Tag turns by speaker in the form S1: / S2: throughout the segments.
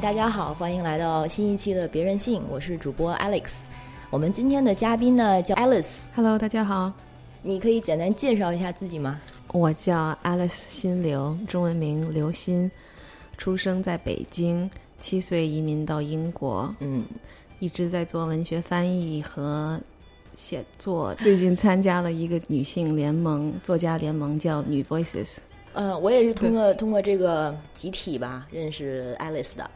S1: 大家好，欢迎来到新一期的《别任性》，我是主播 Alex。我们今天的嘉宾呢叫 Alice，
S2: Hello，大家好，
S1: 你可以简单介绍一下自己吗？
S2: 我叫 Alice 心刘，中文名刘欣，出生在北京，七岁移民到英国，
S1: 嗯，
S2: 一直在做文学翻译和写作。最近参加了一个女性联盟，作家联盟叫女 Voices。
S1: 呃，我也是通过通过这个集体吧认识 Alice 的。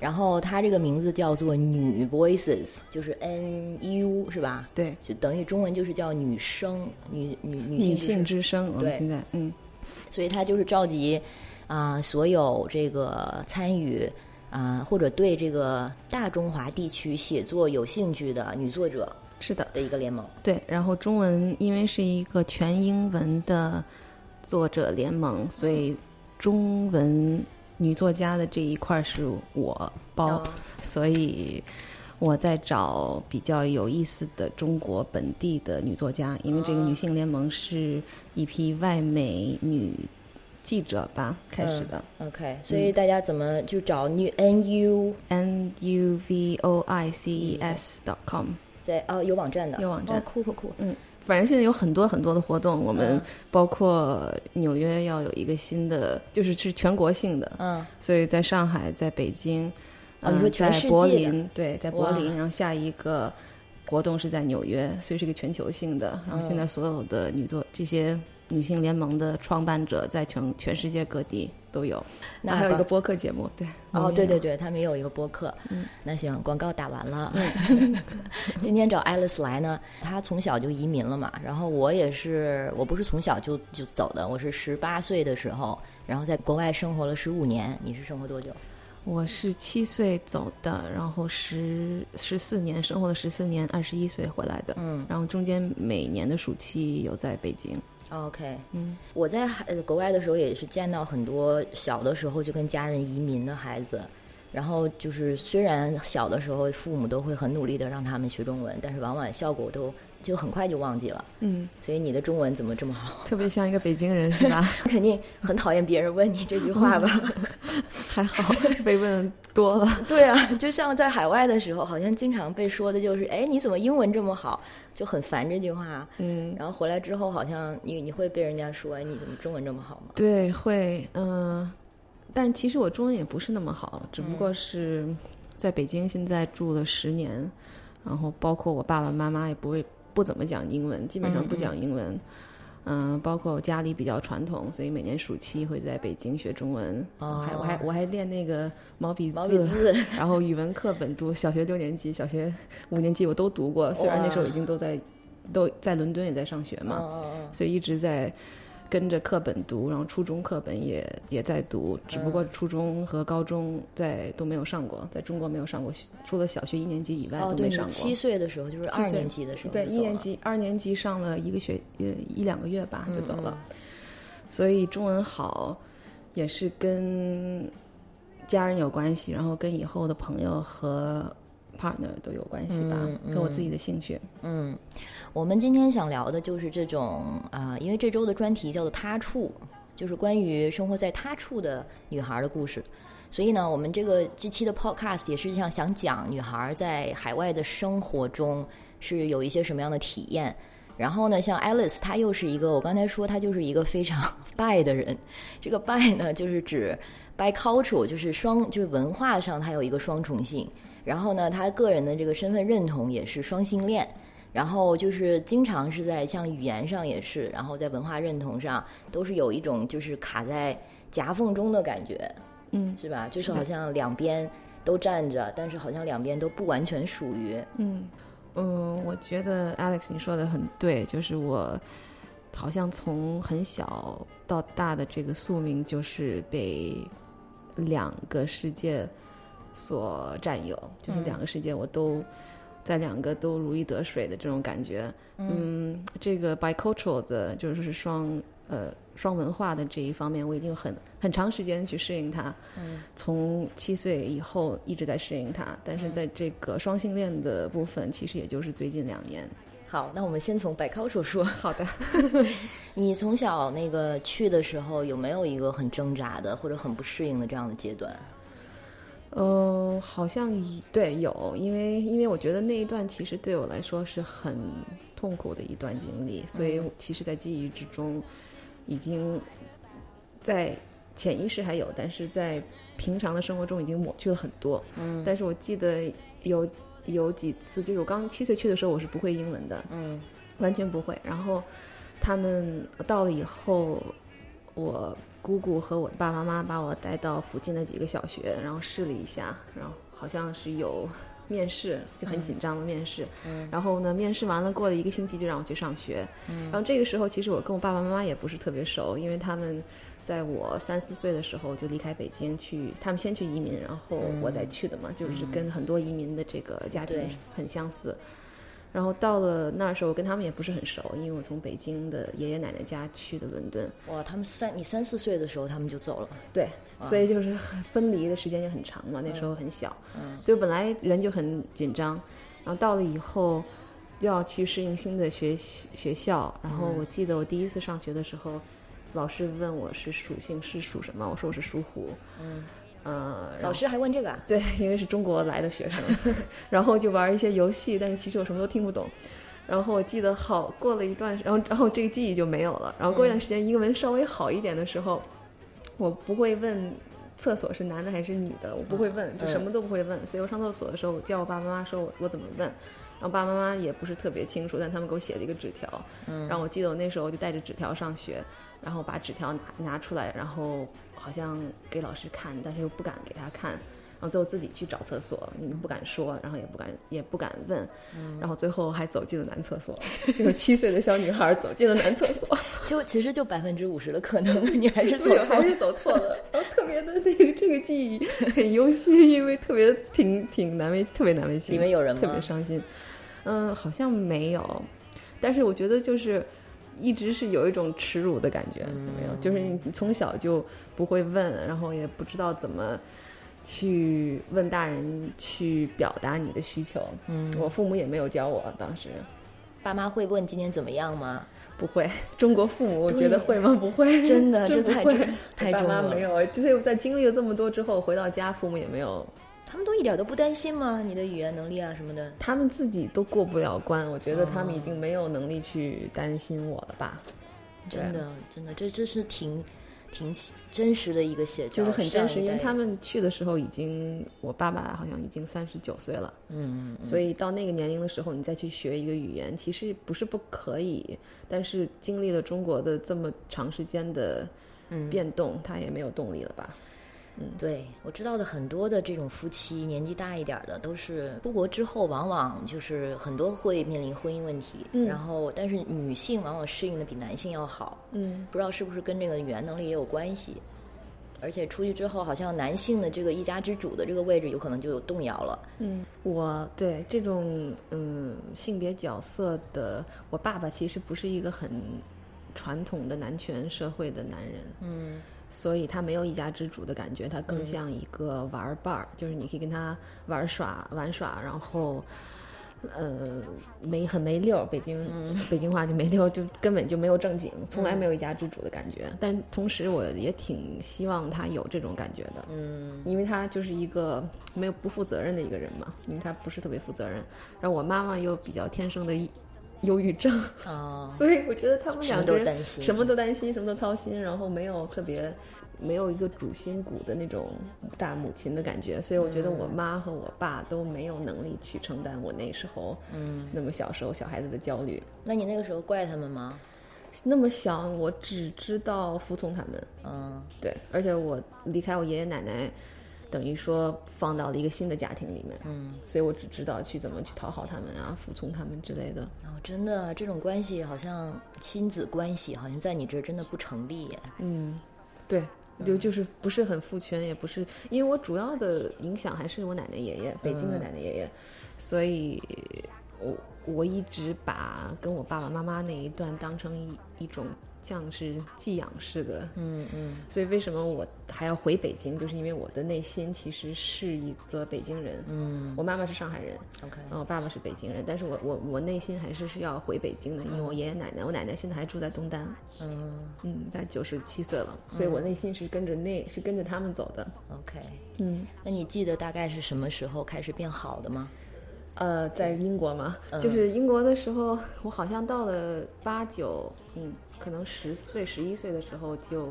S1: 然后她这个名字叫做女 Voices，就是 N U 是吧？
S2: 对，
S1: 就等于中文就是叫女声，女女女性
S2: 女
S1: 之声
S2: 性之声，我们
S1: 对
S2: 现在嗯，
S1: 所以他就是召集啊、所有这个参与啊、或者对这个大中华地区写作有兴趣的女作者
S2: 是的，
S1: 的一个联盟。
S2: 对，然后中文因为是一个全英文的作者联盟，所以中文女作家的这一块儿是我包，所以我在找比较有意思的中国本地的女作家，因为这个女性联盟是一批外媒女记者吧开始的、
S1: OK，所
S2: 嗯
S1: 以大家怎么就找女 NU
S2: n u v o i c e s dot com。
S1: 在哦有网站的
S2: 有网站
S1: 哦酷酷酷，
S2: 嗯，反正现在有很多很多的活动，我们包括纽约要有一个新的，就是是全国性的，
S1: 嗯
S2: 所以在上海、在北京，
S1: 哦
S2: 嗯
S1: 你说全世
S2: 在
S1: 界
S2: 柏
S1: 的
S2: 林，对，在柏林，
S1: 哇
S2: 然后下一个活动是在纽约，所以是一个全球性的。然
S1: 嗯
S2: 后现在所有的女作这些女性联盟的创办者，在全全世界各地都有。
S1: 那
S2: 然后还有一
S1: 好吧
S2: 个播客节目，对，
S1: 哦，
S2: 嗯
S1: 对对对，他们也有一个播客。嗯，那行，广告打完了。 今天找 Alice 来呢，她从小就移民了嘛。然后我也是，我不是从小就就走的，我是十八岁的时候，然后在国外生活了十五年。你是生活多久？
S2: 我是七岁走的，然后十十四年生活了十四年，二十一岁回来的。
S1: 嗯
S2: 然后中间每年的暑期有在北京。
S1: ，OK，
S2: 嗯，
S1: 我在呃国外的时候也是见到很多小的时候就跟家人移民的孩子。然后就是，虽然小的时候父母都会很努力的让他们学中文，但是往往效果都就很快就忘记了。
S2: 嗯，
S1: 所以你的中文怎么这么好？
S2: 特别像一个北京人是吧？
S1: 肯定很讨厌别人问你这句话吧？
S2: 嗯还好被问多了。
S1: 对啊，就像在海外的时候，好像经常被说的就是，哎，你怎么英文这么好？就很烦这句话。
S2: 嗯，
S1: 然后回来之后，好像你你会被人家说，哎，你怎么中文这么好吗？
S2: 对，会，嗯、但其实我中文也不是那么好，只不过
S1: 嗯
S2: 是在北京现在住了十年，然后包括我爸爸妈妈也不会不怎么讲英文，基本
S1: 嗯
S2: 上不讲英文。嗯、包括我家里比较传统，所以每年暑期会在北京学中文。
S1: 哦
S2: 还我还我还练那个毛笔字，
S1: 毛笔字
S2: 然后语文课本读，小学六年级、小学五年级我都读过，虽然那时候已经都在都在伦敦也在上学嘛。
S1: 嗯
S2: 所以一直在跟着课本读，然后初中课本也也在读，只不
S1: 嗯
S2: 过初中和高中在都没有上过，在中国没有上过学，除了小学一年级以外
S1: 哦，
S2: 都
S1: 对，
S2: 没
S1: 你
S2: 上过。
S1: 七岁的时候，就是
S2: 七
S1: 二
S2: 岁
S1: 年级的时候就走了，
S2: 对，一年级、二年级上了一个学，呃，一两个月吧就走了。
S1: 嗯
S2: 所以中文好也是跟家人有关系，然后跟以后的朋友和 partner 都有关系吧，
S1: 嗯
S2: 跟我自己的兴趣。
S1: 嗯，我们今天想聊的就是这种啊、呃因为这周的专题叫做“他处”，就是关于生活在他处的女孩的故事。所以呢，我们这个这期的 podcast 也是想想讲女孩在海外的生活中是有一些什么样的体验。然后呢，像 Alice，她又是一个我刚才说她就是一个非常 拜的人。这个拜呢，就是指 by culture，就是双就是文化上她有一个双重性。然后呢，她个人的这个身份认同也是双性恋。然后就是经常是在像语言上也是，然后在文化认同上都是有一种就是卡在夹缝中的感觉，
S2: 嗯
S1: 是吧？就是好像两边都站着，但是好像两边都不完全属于。
S2: 嗯，嗯，我觉得 Alex 你说的很对，就是我好像从很小到大的这个宿命就是被两个世界所占有，就是两个世界我都、在两个都如鱼得水的这种感觉。嗯，这个 bicultural 的就是双呃双文化的这一方面，我已经很很长时间去适应它。从七岁以后一直在适应它，但是在这个双性恋的部分，其实也就是最近两年。
S1: 好，那我们先从百考所说，
S2: 好的，
S1: 你从小那个去的时候有没有一个很挣扎的或者很不适应的这样的阶段？
S2: 呃，好像一对有，因为因为我觉得那一段其实对我来说是很痛苦的一段经历，所
S1: 嗯
S2: 以其实，在记忆之中，已经在潜意识还有，但是在平常的生活中已经抹去了很多。
S1: 嗯，
S2: 但是我记得有有几次，就是我刚七岁去的时候，我是不会英文的，
S1: 嗯
S2: 完全不会。然后他们到了以后，我姑姑和我的爸爸妈妈把我带到附近的几个小学，然后试了一下，然后好像是有面试，就很紧张的面试。
S1: 嗯
S2: 然后呢，面试完了，过了一个星期就让我去上学。然后这个时候，其实我跟我爸爸妈妈也不是特别熟，因为他们。在我三四岁的时候就离开北京去，他们先去移民，然后我再去的嘛，就是跟很多移民的这个家庭
S1: 嗯对
S2: 很相似。然后到了那儿的时候，我跟他们也不是很熟，因为我从北京的爷爷奶奶家去的伦敦，
S1: 哇，他们三你三四岁的时候他们就走了，
S2: 对，
S1: 啊
S2: 所以就是很分离的时间也很长嘛，那时候很小，
S1: 嗯
S2: 所以本来人就很紧张，然后到了以后又要去适应新的学学校，然后
S1: 嗯
S2: 我记得我第一次上学的时候，老师问我是属性是属什么，我说我是属虎，
S1: 嗯，
S2: 呃，然后
S1: 老师还问这个啊？
S2: 对，因为是中国来的学生，然后就玩一些游戏，但是其实我什么都听不懂。然后我记得好过了一段时，然后然后这个记忆就没有了。然后过一段时间英文稍微好一点的时候，我不会问厕所是男的还是女的，我不会问，就什么都不会问。所以我上厕所的时候，我叫我爸爸妈妈说我我怎么问，然后爸爸妈妈也不是特别清楚，但他们给我写了一个纸条。嗯，然后我记得我那时候就带着纸条上学，然后把纸条拿拿出来，然后好像给老师看，但是又不敢给他看。然后最后自己去找厕所，你不敢说，然后也不敢也不敢问，然后最后还走进了男厕所，就是七岁的小女孩走进了男厕所，
S1: 就其实就百分之五十的可能，你还 是走
S2: 对，
S1: 错
S2: 还是
S1: 了。
S2: 走错了，然后特别的那个这个记忆很忧心，因为特别挺挺难为，特别难为情，
S1: 里面有人吗
S2: 特别伤心。嗯，好像没有，但是我觉得就是一直是有一种耻辱的感觉，有没
S1: 嗯
S2: 有？就是你从小就不会问，然后也不知道怎么。去问大人去表达你的需求，嗯，我父母也没有教我，当时
S1: 爸妈会问今天怎么样吗？
S2: 不会， 中国父母我觉
S1: 对
S2: 得会吗？不会，
S1: 真的
S2: 真
S1: 这太
S2: 不会
S1: 中太
S2: 爸
S1: 中
S2: 妈
S1: 国了
S2: 没有，所以我在经历了这么多之后，回到家父母也没有，
S1: 他们都一点都不担心吗？你的语言能力啊什么的，
S2: 他们自己都过不了关，我觉得他们已经没有能力去担心我了吧，
S1: 嗯
S2: 对
S1: 真的真的，这这是挺挺真实的一个写照，
S2: 就是很真实，
S1: 上一
S2: 因
S1: 代
S2: 为他们去的时候已经，我爸爸好像已经三十九岁了，
S1: 嗯，
S2: 所以到那个年龄的时候，你再去学一个语言，其实不是不可以，但是经历了中国的这么长时间的
S1: 嗯
S2: 变动，他也没有动力了吧。
S1: 对我知道的很多的这种夫妻，年纪大一点儿的，都是出国之后，往往就是很多会面临婚姻问题。
S2: 嗯
S1: 然后，但是女性往往适应的比男性要好，
S2: 嗯，
S1: 不知道是不是跟这个语言能力也有关系。而且出去之后，好像男性的这个一家之主的这个位置有可能就有动摇了。
S2: 嗯，我对这种嗯性别角色的，我爸爸其实不是一个很传统的男权社会的男人，
S1: 嗯
S2: 所以他没有一家之主的感觉，他更像一个玩儿伴儿，就是你可以跟他玩耍玩耍，然后。呃，没很没溜儿，北京、北京话就没溜儿，就根本就没有正经，从来没有一家之主的感觉。但同时，我也挺希望他有这种感觉的，
S1: 嗯
S2: 因为他就是一个没有不负责任的一个人嘛，因为他不是特别负责任。然后我妈妈又比较天生的忧郁症，
S1: 啊，
S2: 所以我觉得他们
S1: 什么
S2: 两
S1: 都
S2: 个人
S1: 担心
S2: 什么都担心，什么都操心，然后没有特别没有一个主心骨的那种大母亲的感觉。所以我觉得
S1: 嗯
S2: 我妈和我爸都没有能力去承担我那时候
S1: 嗯，
S2: 那么小时候小孩子的焦虑。
S1: 那你那个时候怪他们吗？
S2: 那么小，我只知道服从他们。
S1: 嗯
S2: 对，而且我离开我爷爷奶奶，等于说放到了一个新的家庭里面，
S1: 嗯，
S2: 所以我只知道去怎么去讨好他们啊，服从他们之类的。
S1: 哦，真的，这种关系好像亲子关系，好像在你这儿真的不成立耶。
S2: 嗯，对，
S1: 嗯
S2: 就就是不是很父权，也不是，因为我主
S1: 嗯
S2: 要的影响还是我奶奶爷爷，北京的奶奶爷爷，所以我我一直把跟我爸爸妈妈那一段当成一一种像是寄养式的，
S1: 嗯嗯
S2: 所以为什么我还要回北京，就是因为我的内心其实是一个北京人，
S1: 嗯
S2: 我妈妈是上海人，
S1: ，OK，
S2: 嗯，我爸爸是北京人，但是我我我内心还是是要回北京的，因为我爷爷奶奶，我奶奶现在还住在东单，
S1: 嗯
S2: 嗯，在九十七岁了，所以我内心是跟着那是跟着他们走的，
S1: ，OK。
S2: 嗯，
S1: 那你记得大概是什么时候开始变好的吗？
S2: 呃，在英国嘛，就是英国的时候，我好像到了八九，嗯，可能十岁、十一岁的时候就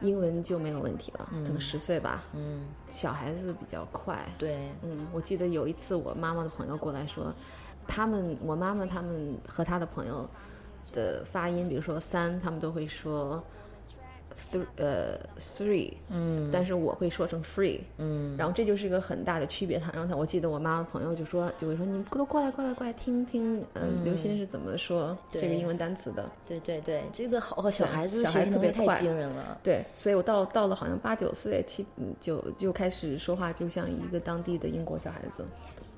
S2: 英文就没有问题了，可能十岁吧，
S1: 嗯，
S2: 小孩子比较快，
S1: 对，
S2: 嗯，我记得有一次我妈妈的朋友过来说，他们我妈妈他们和她的朋友的发音，比如说三，他们都会说 th 呃 three，
S1: 嗯
S2: 但是我会说成 free，
S1: 嗯
S2: 然后这就是一个很大的区别。他然后他我记得我妈妈朋友就说就会说你都过来过来过来听听，嗯，刘鑫是怎么说
S1: 对
S2: 这个英文单词的？
S1: 对对对，这个好哦小孩子
S2: 小
S1: 学
S2: 孩
S1: 习
S2: 特
S1: 能力
S2: 别
S1: 太
S2: 快
S1: 惊人了。
S2: 对，所以我到到了好像八九岁七嗯九就开始说话，就像一个当地的英国小孩子。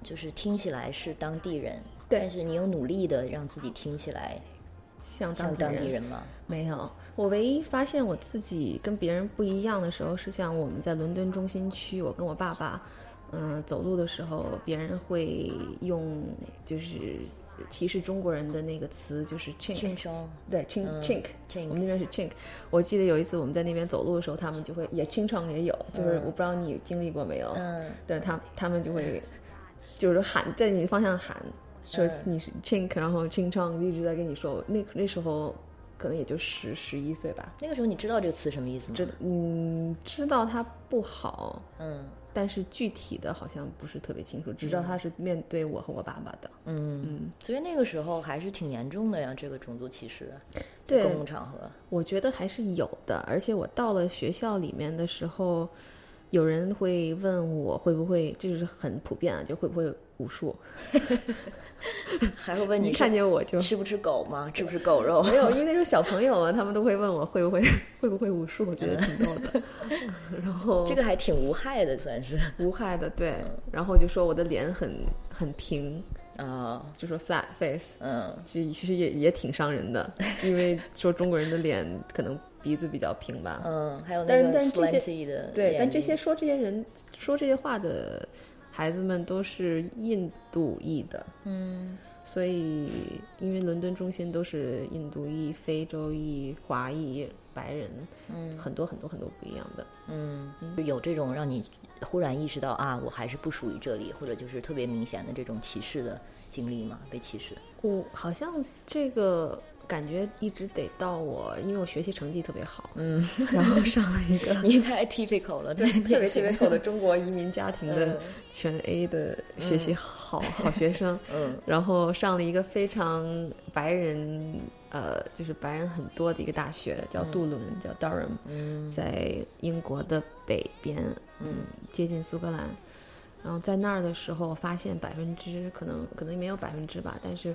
S1: 就是听起来是当地人，
S2: 对
S1: 但是你有努力的让自己听起来
S2: 像
S1: 像
S2: 当
S1: 当地人吗？
S2: 没有，我唯一发现我自己跟别人不一样的时候，是像我们在伦敦中心区，我跟我爸爸，嗯、走路的时候，别人会用就是歧视中国人的那个词，就是 chink，
S1: 轻松，
S2: 对 chink、
S1: 嗯
S2: chink。
S1: 这
S2: 我
S1: 个
S2: 们那边是 chink，我记得有一次我们在那边走路的时候，他们就会也 chink 唱也有，就是我不知道你经历过没有，
S1: 嗯
S2: 对他他们就会就是喊在你的方向喊，说
S1: 嗯
S2: 你是 chink，然后 chink 唱一直在跟你说，那那时候可能也就十十一岁吧，
S1: 那个时候你知道这个词什么意思吗？
S2: 知嗯知道他不好，
S1: 嗯
S2: 但是具体的好像不是特别清楚，只知道他是面对我和我爸爸的，
S1: 嗯，所以那个时候还是挺严重的呀，这个种族歧视，
S2: 对
S1: 公共场合，
S2: 我觉得还是有的，而且我到了学校里面的时候。有人会问我会不会，这就是很普遍啊，就会不会武术？
S1: 还会问
S2: 你
S1: 你
S2: 看见我就
S1: 吃不吃狗吗？吃不吃狗肉？
S2: 没有，因为那时候小朋友嘛，他们都会问我会 不会会不会武术，我觉得挺逗的。 然后
S1: 嗯这个嗯还挺无害的，算是
S2: 无害的，对。然后就说我的脸很很平，
S1: 啊，
S2: 就说 flat face，
S1: 嗯
S2: 就其实也也挺伤人的，因为说中国人的脸可能鼻子比较平吧。
S1: 嗯，还有那
S2: 但是
S1: 个
S2: 但是这些
S1: slanty 的，
S2: 对，但这些说这些人说这些话的孩子们都是印度裔的，
S1: 嗯
S2: 所以因为伦敦中心都是印度裔、非洲裔、华裔、白人，
S1: 嗯
S2: 很多很多很多不一样的。
S1: 嗯，就有这种让你忽然意识到啊，我还是不属于这里，或者就是特别明显的这种歧视的经历吗？被 歧视？
S2: 我好像这个感觉一直得到我，因为我学习成绩特别好，嗯，然后上了一个
S1: 你太 typical 了，对，
S2: 特别特别好的中国移民家庭
S1: 嗯
S2: 的全 A 的学习好、好学 生，
S1: 嗯
S2: 然后上了一个非常白人，呃，就是白人很多的一个大学，叫杜伦，叫 Durham，
S1: 嗯
S2: 在英国的北边，嗯，接近苏格兰。然后在那儿的时候，发现百分之可能可能没有百分之吧，但是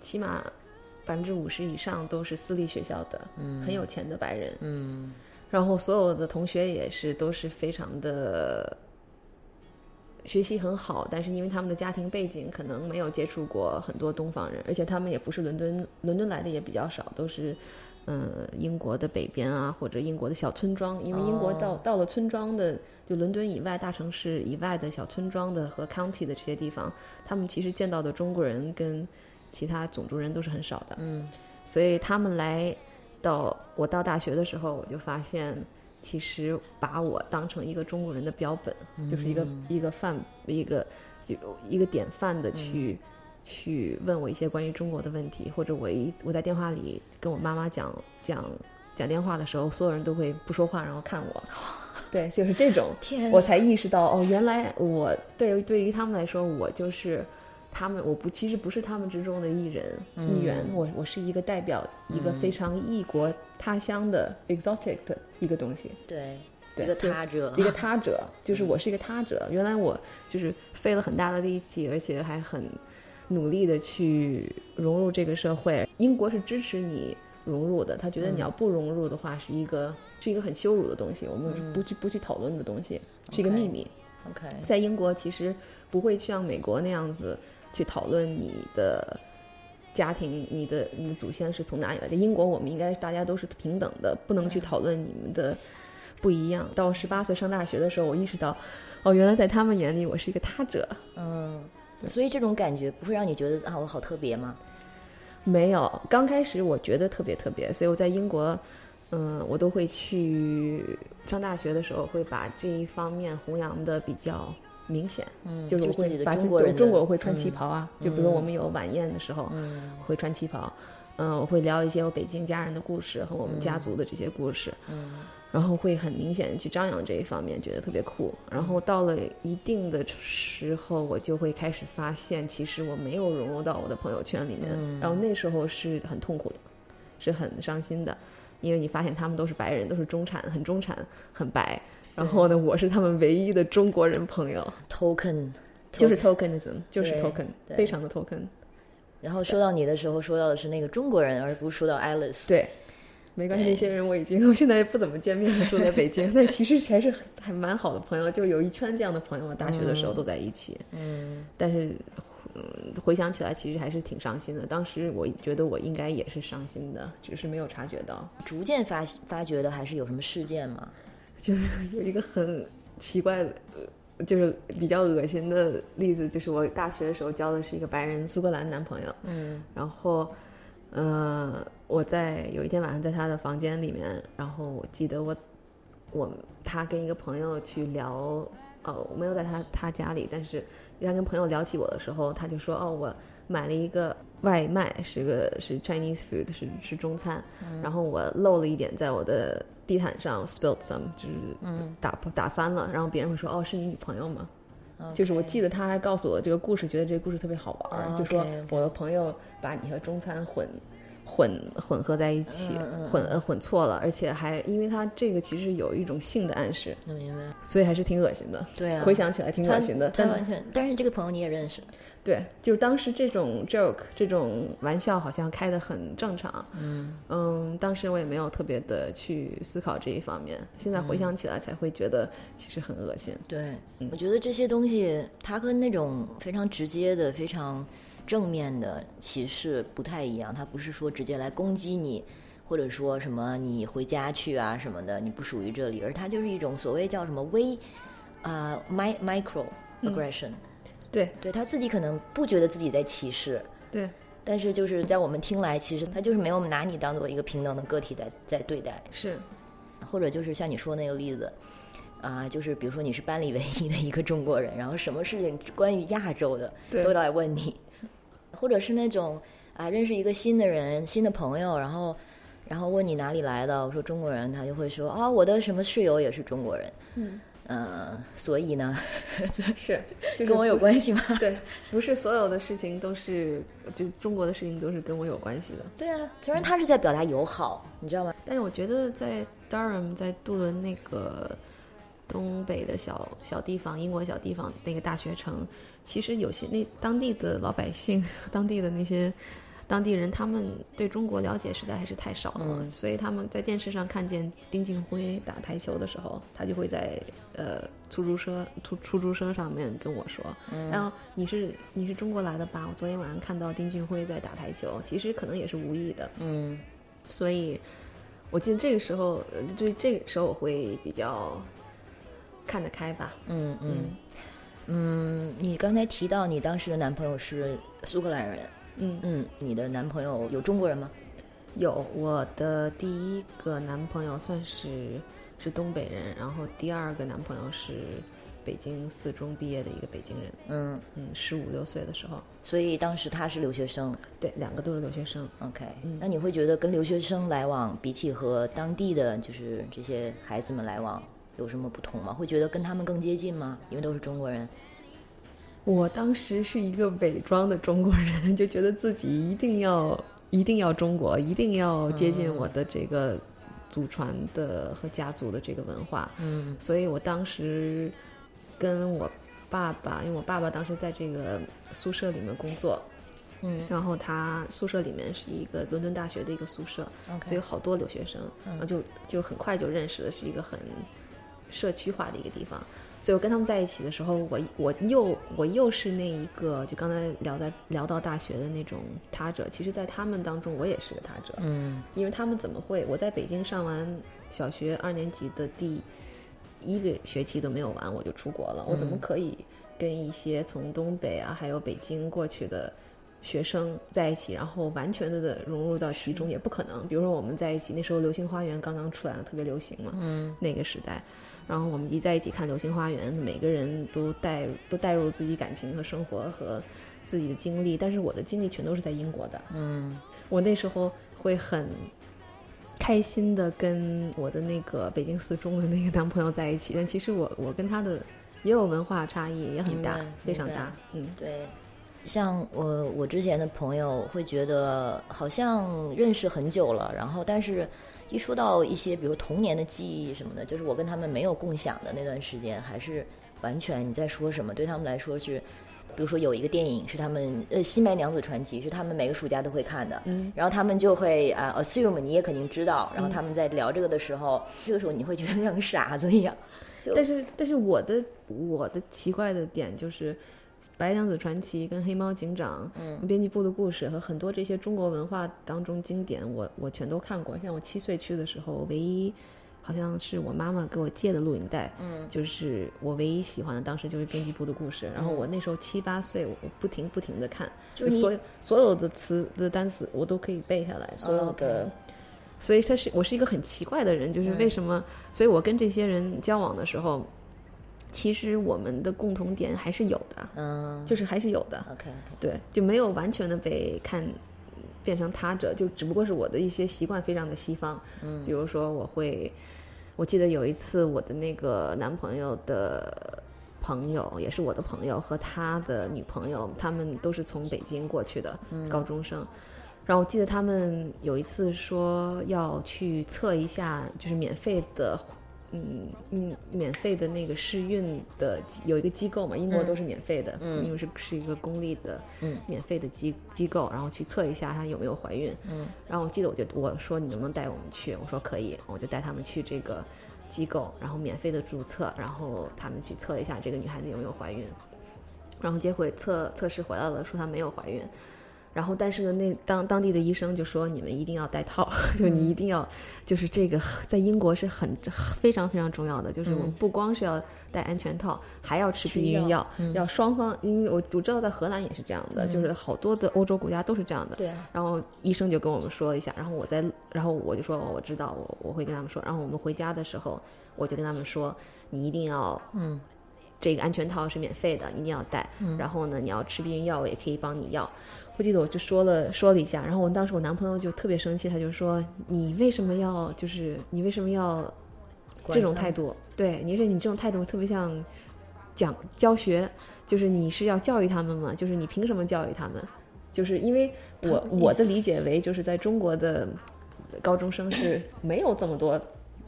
S2: 起码百分之五十以上都是私立学校的，嗯，很有钱的白人。
S1: 嗯
S2: 然后所有的同学也是都是非常的学习很好，但是因为他们的家庭背景可能没有接触过很多东方人，而且他们也不是伦敦伦敦来的也比较少，都是。嗯，英国的北边啊，或者英国的小村庄，因为英国
S1: 哦
S2: 到、到了村庄的，就伦敦以外大城市以外的小村庄的和 county 的这些地方，他们其实见到的中国人跟其他种族人都是很少的。
S1: 嗯
S2: 所以他们来到我到大学的时候，我就发现，其实把我当成一个中国人的标本，就是一个一个范一个就一个典范的去、去问我一些关于中国的问题，或者我一我在电话里跟我妈妈讲讲讲电话的时候，所有人都会不说话，然后看我。对，就是这种，
S1: 天
S2: 我才意识到哦，原来我对对于他们来说，我就是他们，我不其实不是他们之中的一人、一员，我我是一个代表一个非常异国他乡的 exotic 的一个东西，
S1: 对，
S2: 对
S1: 一个
S2: 所以
S1: 他者
S2: 一，个他者，就是我是一个他者。原来我就是费了很大的力气，而且还很努力的去融入这个社会。英国是支持你融入的，他觉得你要不融入的话，是一个、是一个很羞辱的东西，我们不去、不去讨论的东西，是一个
S1: OK
S2: 秘密。
S1: OK，
S2: 在英国其实不会像美国那样子去讨论你的家庭、你的你的祖先是从哪里来的。英国我们应该大家都是平等的，不能去讨论你们的不一样。到十八岁上大学的时候，我意识到，哦，原来在他们眼里我是一个他者。
S1: 嗯，所以这种感觉不会让你觉得啊，我好特别吗？
S2: 没有，刚开始我觉得特别特别，所以我在英国，嗯、我都会去上大学的时候会把这一方面弘扬的比较明显，
S1: 嗯，
S2: 就是
S1: 是
S2: 我
S1: 自己
S2: 会
S1: 的
S2: 把
S1: 中
S2: 自
S1: 国
S2: 己
S1: 人的
S2: 中国我会穿旗，袍啊，就比如我们有晚宴的时候、
S1: 嗯
S2: 会穿旗袍，嗯、我会聊一些我北京家人的故事和我们家族的这些故事，
S1: 嗯
S2: 然后会很明显的去张扬这一方面，觉得特别酷。然后到了一定的时候，我就会开始发现，其实我没有融入到我的朋友圈里面。
S1: 嗯
S2: 然后那时候是很痛苦的，是很伤心的，因为你发现他们都是白人，都是中产，很中产，很白。然后呢，我是他们唯一的中国人朋友，
S1: 嗯，token，
S2: 就是 tokenism，就是
S1: 对
S2: token，
S1: 对
S2: 非常的 token。
S1: 然后说到你的时候，说到的是那个中国人，而不是说到 Alice。
S2: 对，没关系，
S1: 对
S2: 那些人我已经， 我现在不怎么见面了，住在北 京，但其实还是很还蛮好的朋友，就有一圈这样的朋友，大学的时候都在一起。
S1: 嗯
S2: 但是、嗯、回想起来，其实还是挺伤心的。当时我觉得我应该也是伤心的，只是没有察觉到，
S1: 逐渐发发觉的还是有什么事件吗？
S2: 就是有一个很奇怪的。呃就是比较恶心的例子，就是我大学的时候交的是一个白人苏格兰男朋友，
S1: 嗯
S2: 然后，呃，我在有一天晚上在他的房间里面，然后我记得我，我他跟一个朋友去聊，呃，我没有在他他家里，但是他跟朋友聊起我的时候，他就说，哦，我买了一个外卖，是个是 Chinese food，是是中餐，
S1: 嗯
S2: 然后我漏了一点在我的地毯上，spilled some，就是
S1: 嗯
S2: 打打翻了，然后别人会说，哦，是你女朋友吗？就是
S1: 嗯
S2: 我
S1: OK
S2: 记得他还告诉我这个故事，觉得这个故事特别好玩儿，
S1: 哦
S2: 就说
S1: OK，OK
S2: 我的朋友把你和中餐混混混合在一
S1: 嗯
S2: 起，混呃混错了，而且还因为他这个其实有一种性的暗示，
S1: 能明白。
S2: 所以还是挺恶心的。
S1: 对啊，
S2: 回想起来挺
S1: 他
S2: 恶心的，
S1: 他
S2: 但
S1: 完全。但是这个朋友你也认识，
S2: 对，就是当时这种 joke 这种玩笑好像开得很正常，嗯当时我也没有特别的去思考这一方面，现在
S1: 嗯
S2: 回想起来才会觉得其实很恶心。
S1: 对，我觉得这些东西它和那种非常直接的、非常正面的歧视不太一样，它不是说直接来攻击你。或者说什么你回家去啊什么的，你不属于这里，而它就是一种所谓叫什么微，啊、mi micro aggression，、
S2: 对
S1: 对他自己可能不觉得自己在歧视，
S2: 对，
S1: 但是就是在我们听来，其实他就是没有拿你当做一个平等的个体在在对待，
S2: 是
S1: 或者就是像你说那个例子，啊、就是比如说你是班里唯一的一个中国人，然后什么事情关于亚洲的
S2: 对
S1: 都来问你， 或者是那种啊、认识一个新的人、新的朋友，然后然后问你哪里来的，我说中国人，他就会说啊、我的什么室友也是中国人，
S2: 嗯，
S1: 呃，所以呢，
S2: 是，就是
S1: 跟我有
S2: 不
S1: 关系吗？
S2: 对，不是所有的事情都是，就是中国的事情都是跟我有关系的。
S1: 对啊，虽然他是在表达友好，你知道吗？
S2: 但是我觉得在 Durham，在杜伦那个东北的小小地方，英国小地方那个大学城，其实有些那当地的老百姓，当地的那些当地人，他们对中国了解实在还是太少了，
S1: 嗯
S2: 所以他们在电视上看见丁俊晖打台球的时候，他就会在呃出租车出出租车上面跟我说，然后你是你是中国来的吧？我昨天晚上看到丁俊晖在打台球，其实可能也是无意的，
S1: 嗯
S2: 所以我记得这个时候，呃，对这个时候我会比较看得开吧。
S1: 嗯嗯嗯，你刚才提到你当时的男朋友是苏格兰人，
S2: 嗯，
S1: 嗯，你的男朋友有中国人吗？
S2: 有我的第一个男朋友算是是东北人，然后第二个男朋友是北京四中毕业的一个北京人，
S1: 嗯，
S2: 嗯，十五六岁的时候，
S1: 所以当时他是留学生
S2: 对，两个都是留学生。
S1: ，OK，、那你会觉得跟留学生来往，比起和当地的就是这些孩子们来往。有什么不同吗？会觉得跟他们更接近吗？因为都是中国人。
S2: 我当时是一个伪装的中国人，就觉得自己一定要一定要中国，一定要接近我的这个祖传的和家族的这个文化。
S1: 嗯
S2: 所以我当时跟我爸爸，因为我爸爸当时在这个宿舍里面工作，
S1: 嗯
S2: 然后他宿舍里面是一个伦敦大学的一个宿舍，所以
S1: ，OK，嗯
S2: 有好多留学生，然后就就很快就认识的是一个很社区化的一个地方，所以我跟他们在一起的时候，我我又我又是那一个，就刚才聊到聊到大学的那种他者，其实，在他们当中，我也是个他者，
S1: 嗯
S2: 因为他们怎么会？我在北京上完小学二年级的第一个学期都没有完，我就出国了。我怎么可以跟一些从东北啊，还有北京过去的学生在一起，然后完全的融入到其中？也不可能。比如说我们在一起，那时候《流星花园》刚刚出来，特别流行嘛，
S1: 嗯
S2: 那个时代。然后我们一在一起看《流星花园》，每个人都带都带入自己感情和生活和自己的经历，但是我的经历全都是在英国的。
S1: 嗯
S2: 我那时候会很开心的跟我的那个北京四中的那个男朋友在一起，但其实我我跟他的也有文化差异，也很大
S1: 明白，
S2: 非常
S1: 明白
S2: 大。嗯，
S1: 对。像我我之前的朋友会觉得好像认识很久了，然后但是一说到一些比如童年的记忆什么的，就是我跟他们没有共享的那段时间，还是完全你在说什么，对他们来说是。比如说有一个电影是他们呃《新白娘子传奇》是他们每个暑假都会看的，
S2: 嗯，
S1: 然后他们就会啊、呃 assume 你也肯定知道，然后他们在聊这个的时候，这个时候你会觉得像个傻子一 样，就
S2: 但是但是我的我的奇怪的点就是，《白娘子传奇》跟《黑猫警长》、
S1: 嗯
S2: 编辑部的故事和很多这些中国文化当中经典，我我全都看过。像我七岁去的时候，我唯一好像是我妈妈给我借的录影带，
S1: 嗯
S2: 就是我唯一喜欢的，当时就是编辑部的故事。然后我那时候七八岁，我我不停不停的看，
S1: 嗯就
S2: 就是
S1: 你
S2: 所有所有的词的单词我都可以背下来，所有
S1: 哦
S2: 的
S1: OK。
S2: 所以他是我是一个很奇怪的人，就是为什么？所以我跟这些人交往的时候，其实我们的共同点还是有的，
S1: 嗯
S2: 就是还是有的。
S1: ，OK OK，
S2: 对，就没有完全的被看变成他者，就只不过是我的一些习惯非常的西方，嗯，比如说我会，我记得有一次我的那个男朋友的朋友，也是我的朋友和他的女朋友，他们都是从北京过去的、高中生。然后我记得他们有一次说要去测一下，就是免费的，嗯嗯，免费的那个试运的机有一个机构嘛，英国都是免费的，因为是是一个公立的，
S1: 嗯，
S2: 免费的机机构，然后去测一下她有没有怀孕，
S1: 嗯，
S2: 然后我记得我就我说你能不能带我们去？我说可以，我就带他们去这个机构，然后免费的注册，然后他们去测一下这个女孩子有没有怀孕，然后结果测测试回来了，说她没有怀孕。然后，但是呢，那当当地的医生就说，你们一定要戴套， 就你一定要，就是这个在英国是很非常非常重要的，就是我们不光是要戴安全套，还要吃
S1: 嗯吃
S2: 避孕
S1: 药嗯
S2: 药，要双方，因为我我知道在荷兰也是这样的，就是好多的欧洲国家都是这样的。
S1: 对啊，
S2: 然后医生就跟我们说一下，然后我在，然后我就说哦我知道，我我会跟他们说。然后我们回家的时候，我就跟他们说，你一定要
S1: 嗯。
S2: 这个安全套是免费的，一定要带。然后呢，你要吃避孕药，我也可以帮你要。我记得我就说了说了一下，然后我当时我男朋友就特别生气，他就说你为什么要就是你为什么要这种态
S1: 度，
S2: 度？对，你是你这种态度特别像讲教学，就是你是要教育他们吗？就是你凭什么教育他们？就是因为我我的理解为，就是在中国的高中生是没有这么多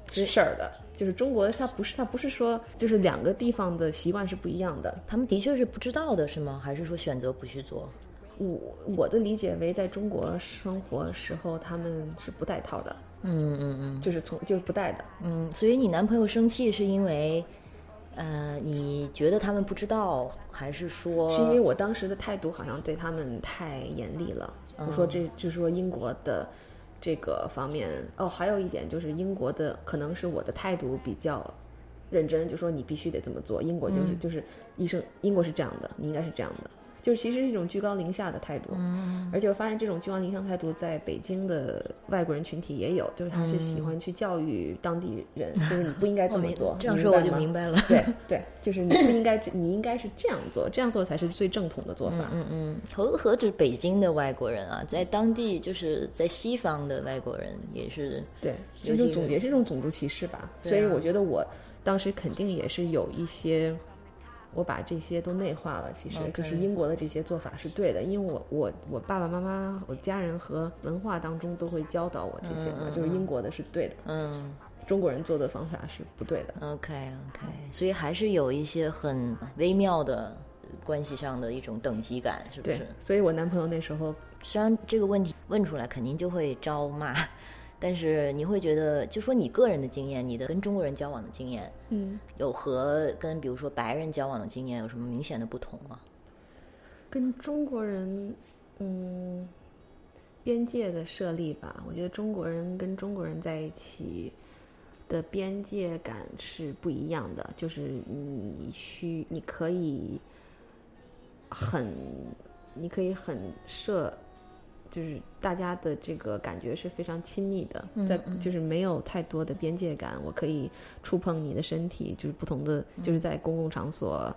S2: 事儿的。就是中国，它不是它不是说，就是两个地方的习惯是不一样的。
S1: 他们的确是不知道的，是吗？还是说选择不去做？
S2: 我我的理解为，在中国生活时候，他们是不戴套的，
S1: 嗯嗯嗯
S2: 就是从就是不戴的。
S1: 嗯。所以你男朋友生气是因为，呃，你觉得他们不知道，还是说
S2: 是因为我当时的态度好像对他们太严厉了。
S1: 嗯
S2: 我说这就是说英国的这个方面哦，还有一点就是英国的可能是我的态度比较认真，就说你必须得这么做。英国就是、
S1: 嗯
S2: 就是医生，英国是这样的，你应该是这样的，就是其实是一种居高临下的态度。嗯，而且我发现这种居高临下态度在北京的外国人群体也有，就是他是喜欢去教育当地人，就是你不应该这么做。
S1: 这样嗯 说我就
S2: 白吗
S1: 明 白了。
S2: 对对，就是你不应该这，你应该是这样做，这样做才是最正统的做法。嗯嗯，
S1: 何何止北京的外国人啊，在当地就是在西方的外国人也是，
S2: 对，
S1: 尤
S2: 这种
S1: 其
S2: 种
S1: 是
S2: 也是一种种族歧视吧。所
S1: 对
S2: 以
S1: 啊
S2: 我觉得我当时肯定也是有一些，我把这些都内化了。其实
S1: OK
S2: 就是英国的这些做法是对的，因为我我我爸爸妈妈、我家人和文化当中都会教导我这些嘛，就是英国的是对的，
S1: 嗯
S2: 中国人做的方法是不对的。
S1: ，OK OK，所以还是有一些很微妙的关系上的一种等级感，是不
S2: 对
S1: 是？，
S2: 所以我男朋友那时候
S1: 虽然这个问题问出来肯定就会招骂， 但是你会觉得，就说你个人的经验，你的跟中国人交往的经验，
S3: 嗯，
S1: 有和跟比如说白人交往的经验有什么明显的不同吗？
S2: 跟中国人，嗯，边界的设立吧，我觉得中国人跟中国人在一起的边界感是不一样的，就是你需你可以很，你可以很设。就是大家的这个感觉是非常亲密的，在就是没有太多的边界感，我可以触碰你的身体，就是不同的，就是在公共场所，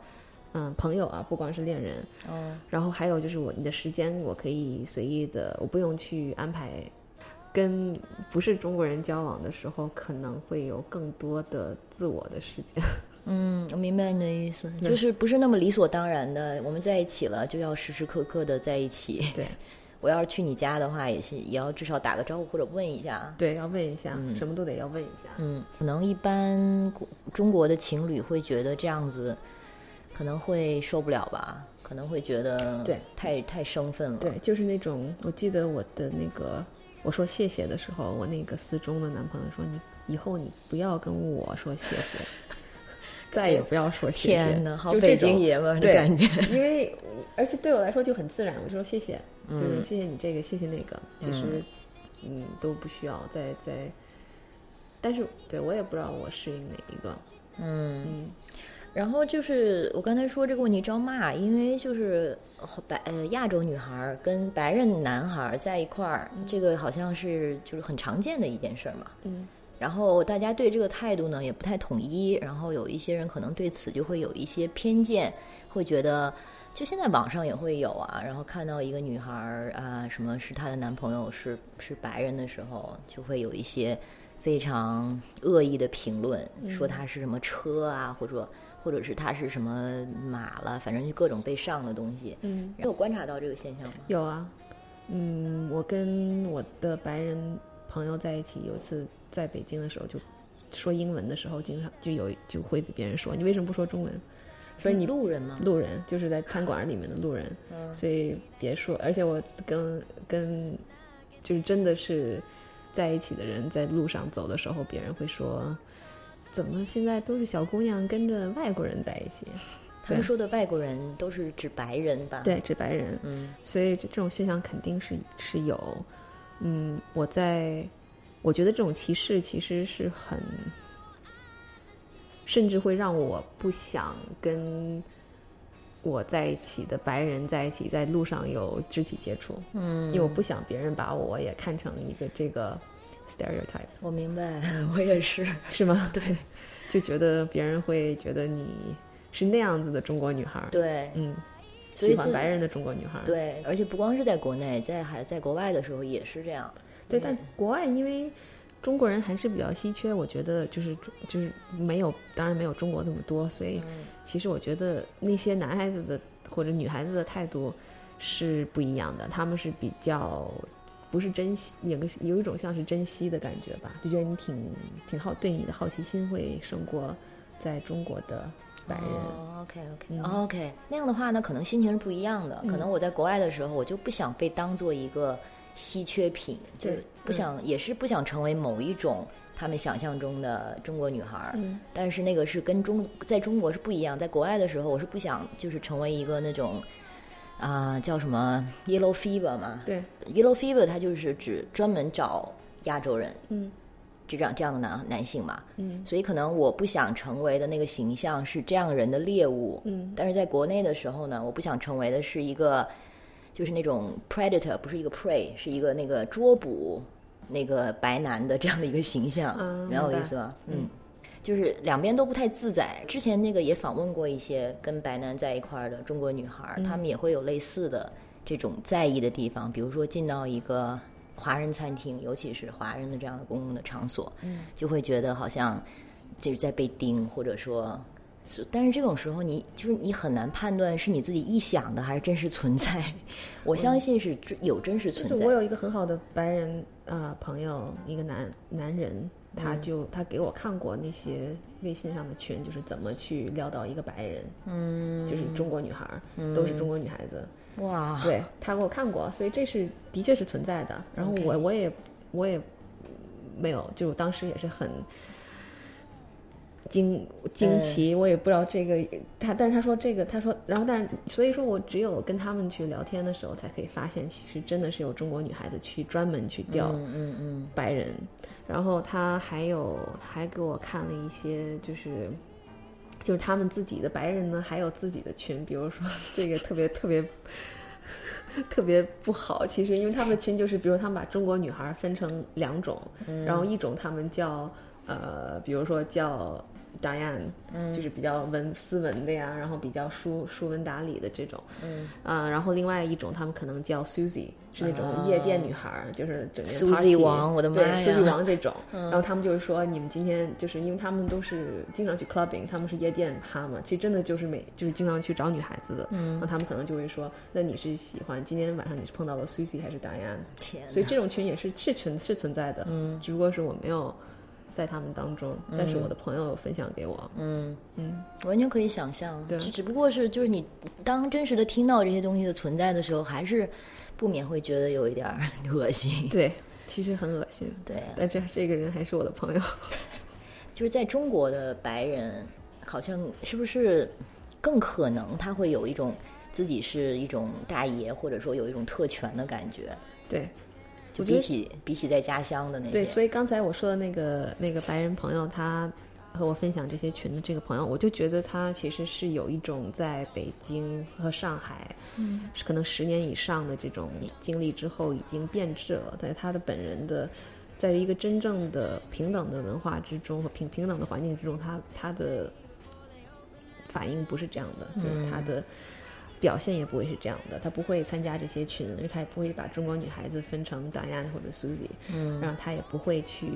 S2: 嗯，朋友啊，不光是恋人，
S1: 哦，
S2: 然后还有就是我你的时间，我可以随意的，我不用去安排。跟不是中国人交往的时候，可能会有更多的自我的时间。
S1: 嗯，我明白你的意思，就是不是那么理所当然的，我们在一起了就要时时刻刻的在一起。
S2: 对
S1: 我要是去你家的话，也是也要至少打个招呼或者问一下。啊
S2: 对，要问一下，什么都得要问一下。
S1: 嗯，可能一般国中国的情侣会觉得这样子可能会受不了吧，可能会觉得
S2: 对
S1: 太太生分了。
S2: 对，就是那种，我记得我的那个，我说谢谢的时候，我那个四中的男朋友说：“你以后你不要跟我说谢谢， 再也不要说谢谢。”
S1: 天哪，好
S2: 就
S1: 北
S2: 这种
S1: 京爷们儿的
S2: 对
S1: 啊 感觉。
S2: 因为而且对我来说就很自然，我就说谢谢，就是谢谢你这个，谢谢那个，其实嗯都不需要再再，但是对我也不知道我适应哪一个，
S1: 嗯
S2: 嗯
S1: 然后就是我刚才说这个问题招骂，因为就是白呃亚洲女孩儿跟白人男孩儿在一块儿，这个好像是就是很常见的一件事儿嘛。
S2: 嗯。
S1: 然后大家对这个态度呢也不太统一，然后有一些人可能对此就会有一些偏见，会觉得就现在网上也会有啊，然后看到一个女孩儿啊，什么是她的男朋友是是白人的时候，就会有一些非常恶意的评论，说
S2: 嗯
S1: 她是什么车啊，或者或者是她是什么马了，反正就各种被上的东西。
S2: 嗯，
S1: 你有观察到这个现象吗？
S2: 有啊，嗯，我跟我的白人朋友在一起，有一次在北京的时候就说英文的时候，经常就有就会被别人说你为什么不说中文，所以你嗯
S1: 路人吗？
S2: 路人，就是在餐馆里面的路人，所以别说。而且我跟跟就是真的是在一起的人，在路上走的时候，别人会说，怎么现在都是小姑娘跟着外国人在一起？
S1: 他们
S2: 对
S1: 说的外国人都是指白人吧？，
S2: 对，指白人，
S1: 嗯
S2: 所以这这种现象肯定是是有。嗯，我在我觉得这种歧视其实是很，甚至会让我不想跟我在一起的白人在一起，在路上有肢体接触，
S1: 嗯。
S2: 因为我不想别人把我也看成一个这个 stereotype，
S1: 我明白， 我也是。
S2: 是吗？ 对，就觉得别人会觉得你是那样子的中国女孩，，
S1: 对
S2: 嗯，
S1: 所以
S2: 喜欢
S1: 这
S2: 白人的中国女孩，
S1: 对，而且不光是在国内，在还在国外的时候也是这样。
S2: 对，但国外因为中国人还是比较稀缺，我觉得就是就是没有，当然没有中国这么多，所以
S1: 嗯
S2: 其实我觉得那些男孩子的或者女孩子的态度是不一样的，他们是比较。不是珍惜，有个有一种像是珍惜的感觉吧，就觉得你挺挺好，对你的好奇心会胜过在中国的白人。嗯
S1: 哦，OK OK、OK，那样的话呢，可能心情是不一样的。可能我在国外的时候，我就不想被当做一个稀缺品，就
S2: 对
S1: 不想、也是不想成为某一种他们想象中的中国女孩儿。
S2: 嗯
S1: 但是那个是跟中在中国是不一样，在国外的时候，我是不想就是成为一个那种。啊、叫什么 yellow fever 嘛？
S2: 对，
S1: Yellow Fever 它就是指专门找亚洲人，
S2: 嗯，
S1: 这样这样的男男性嘛，
S2: 嗯，
S1: 所以可能我不想成为的那个形象是这样人的猎物，
S2: 嗯，
S1: 但是在国内的时候呢，我不想成为的是一个，就是那种 predator，不是一个 prey，是一个那个捉捕那个白男的这样的一个形象，
S2: 嗯
S1: 明白我
S2: 明
S1: 意
S2: 白
S1: 思吗？嗯。就是两边都不太自在。之前那个也访问过一些跟白男在一块儿的中国女孩
S2: 嗯
S1: 儿，她、们也会有类似的这种在意的地方，比如说进到一个华人餐厅，尤其是华人的这样的公共的场所，就会觉得好像就是在被盯，或者说。是但是这种时候你，就是你很难判断是你自己臆想的还是真实存在。我相信是真有真实存
S2: 就是
S1: 在
S2: 我。有一个很好的白人啊、呃朋友，一个男男人，他
S1: 嗯
S2: 就、他给我看过那些微信上的群，就是怎么去撩到一个白人，嗯，就是中国女孩儿，
S1: 嗯
S2: 都是中国女孩子，
S1: 哇，
S2: 对他给我看过，所以这是的确是存在的。然后我我也我也没有，就我当时也是很惊惊奇，我也不知道这个他，但是他说这个，他说，然后但是所以说我只有跟他们去聊天的时候，才可以发现，其实真的是有中国女孩子去专门去钓
S1: 嗯嗯嗯，
S2: 白人，然后他还有还给我看了一些就是。就是他们自己的白人呢，还有自己的群，比如说这个特别特别特别不好。其实，因为他们的群就是，比如他们把中国女孩分成两种，然后一种他们叫呃，比如说叫 Diane，、就是比较文斯文的呀，然后比较书书文达理的这种，嗯，呃，然后另外一种他们可能叫 Susie，是那种夜店女孩，就是整个
S1: 啊 Suzy
S2: party，
S1: 王我的
S2: 对
S1: 妈呀嗯
S2: ，Susie 王这种，然后他们就是说你们今天就是因为他们都是经常去 clubbing，他们是夜店趴嘛，其实真的就是每就是经常去找女孩子的，嗯，然后他们可能就会说，那你是喜欢今天晚上你是碰到了 Susie 还是 Diane？
S1: 天哪，
S2: 所以这种群也是是存是存在的，
S1: 嗯，
S2: 只不过是我没有在他们当中，但是我的朋友分享给我，
S1: 嗯
S2: 嗯，
S1: 完全可以想象，
S2: 对
S1: 只只不过是就是你当真实的听到这些东西的存在的时候，还是不免会觉得有一点儿 恶心。
S2: 对，其实很恶心，
S1: 对，
S2: 但这这个人还是我的朋友，
S1: 就是在中国的白人，好像是不是更可能他会有一种自己是一种大爷，或者说有一种特权的感觉，
S2: 对，
S1: 就
S2: 我觉得
S1: 比起比起在家乡的那些，
S2: 对，所以刚才我说的那个那个白人朋友，他和我分享这些群的这个朋友，我就觉得他其实是有一种在北京和上海，嗯，可能十年以上的这种经历之后已经变质了，在他的本人的。在一个真正的平等的文化之中和平平等的环境之中，他他的反应不是这样的，
S1: 嗯
S2: 就是他的表现也不会是这样的，他不会参加这些群，因为他也不会把中国女孩子分成 Diane 或者 Susie，嗯，然后他也不会去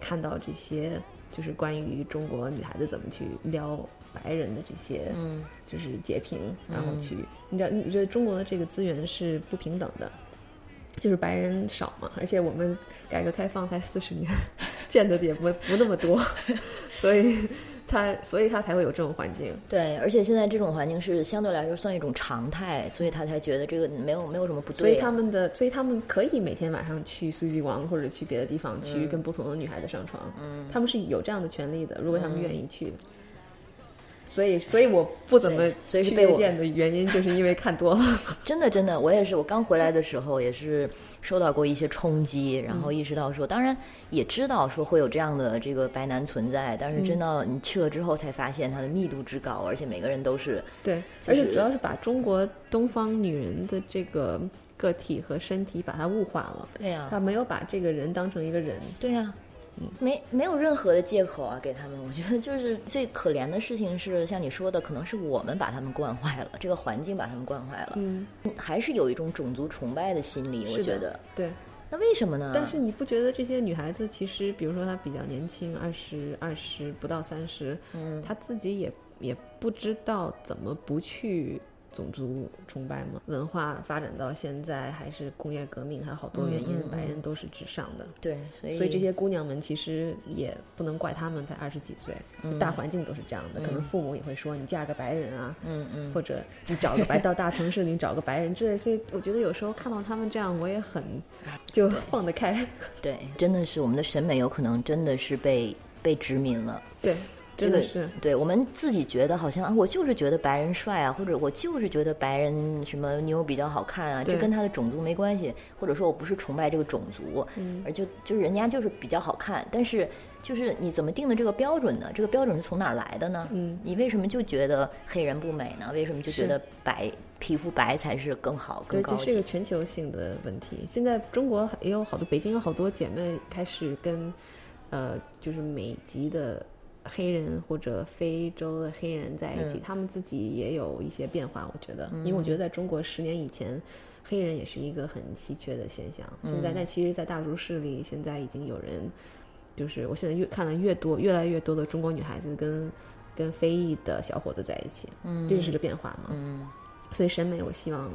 S2: 看到这些就是关于中国女孩子怎么去撩白人的这些，嗯，就是截屏，然后去，你知道，你觉得中国的这个资源是不平等的。就是白人少嘛，而且我们改革开放才四十年， 见的也不不那么多， 所以他所以他才会有这种环境。
S1: 对，而且现在这种环境是相对来说算一种常态，所以他才觉得这个没有没有什么不
S2: 所以
S1: 对、
S2: 他
S1: 啊。
S2: 们的，所以他们可以每天晚上去苏记王或者去别的地方去跟不同的女孩子上床，嗯，他们是有这样的权利的，如果他们愿意去。所以，所以我不怎么
S1: 对所以是
S2: 去
S1: 被
S2: 夜
S1: 我
S2: 店的原因， 就是因为看多了。
S1: 真的真的，我也是，我刚回来的时候也是受到过一些冲击，然
S2: 嗯
S1: 后意识到说，当然也知道说会有这样的这个白男存在，但是
S2: 嗯
S1: 真到你去了之后才发现它的密度之高，而且每个人都是
S2: 对，
S1: 就
S2: 而且
S1: 是
S2: 主要是把中国东方女人的这个个体和身体把它物化了，
S1: 对呀、
S2: 她没有把这个人当成一个人。
S1: 对呀、
S2: 嗯
S1: 没没有任何的借口啊，给他们。我觉得就是最可怜的事情是，像你说的，可能是我们把他们惯坏了，这个环境把他们惯坏了，
S2: 嗯，
S1: 还是有一种种族崇拜的心理。我
S2: 是
S1: 觉
S2: 的
S1: 得，
S2: 对。
S1: 那为什么呢？
S2: 但是你不觉得这些女孩子其实，比如说她比较年轻，二十二十不到三十，
S1: 嗯，
S2: 她自己也也不知道怎么不去种族崇拜吗？文化发展到现在，还是工业革命，还有好多原因，
S1: 嗯嗯嗯
S2: 白人都是至上的。
S1: 对，所以
S2: 所以这些姑娘们其实也不能怪她们才二十几岁，大环境都是这样的，可能父母也会说你嫁个白人啊，
S1: 嗯嗯，
S2: 或者你找个白到大城市你找个白人之类，所以我觉得有时候看到他们这样，我也很就放得开，
S1: 对，真的是我们的审美有可能真的是被被殖民了。
S2: 对，真的
S1: 这
S2: 是
S1: 个。对我们自己觉得好像啊，我就是觉得白人帅啊，或者我就是觉得白人什么妞比较好看啊，
S2: 对
S1: 这跟他的种族没关系，或者说我不是崇拜这个种族，
S2: 嗯
S1: 而就就是人家就是比较好看，但是就是你怎么定的这个标准呢？这个标准是从哪儿来的呢？
S2: 嗯，
S1: 你为什么就觉得黑人不美呢？为什么就觉
S2: 是
S1: 得白皮肤白才是更好更
S2: 对，
S1: 高
S2: 这是一
S1: 级
S2: 个？全球性的问题。现在中国也有好多，北京有好多姐妹开始跟，呃，就是美籍的黑人或者非洲的黑人在一
S1: 嗯
S2: 起，他们自己也有一些变化。我觉得，因为我觉得在中国十年以前，黑人也是一个很稀缺的现象。现
S1: 嗯
S2: 在，但其实，在大都市里，现在已经有人，就是我现在越看了越多，越来越多的中国女孩子跟跟非裔的小伙子在一起，嗯，这就是个变化嘛，
S1: 嗯，
S2: 所以审美，我希望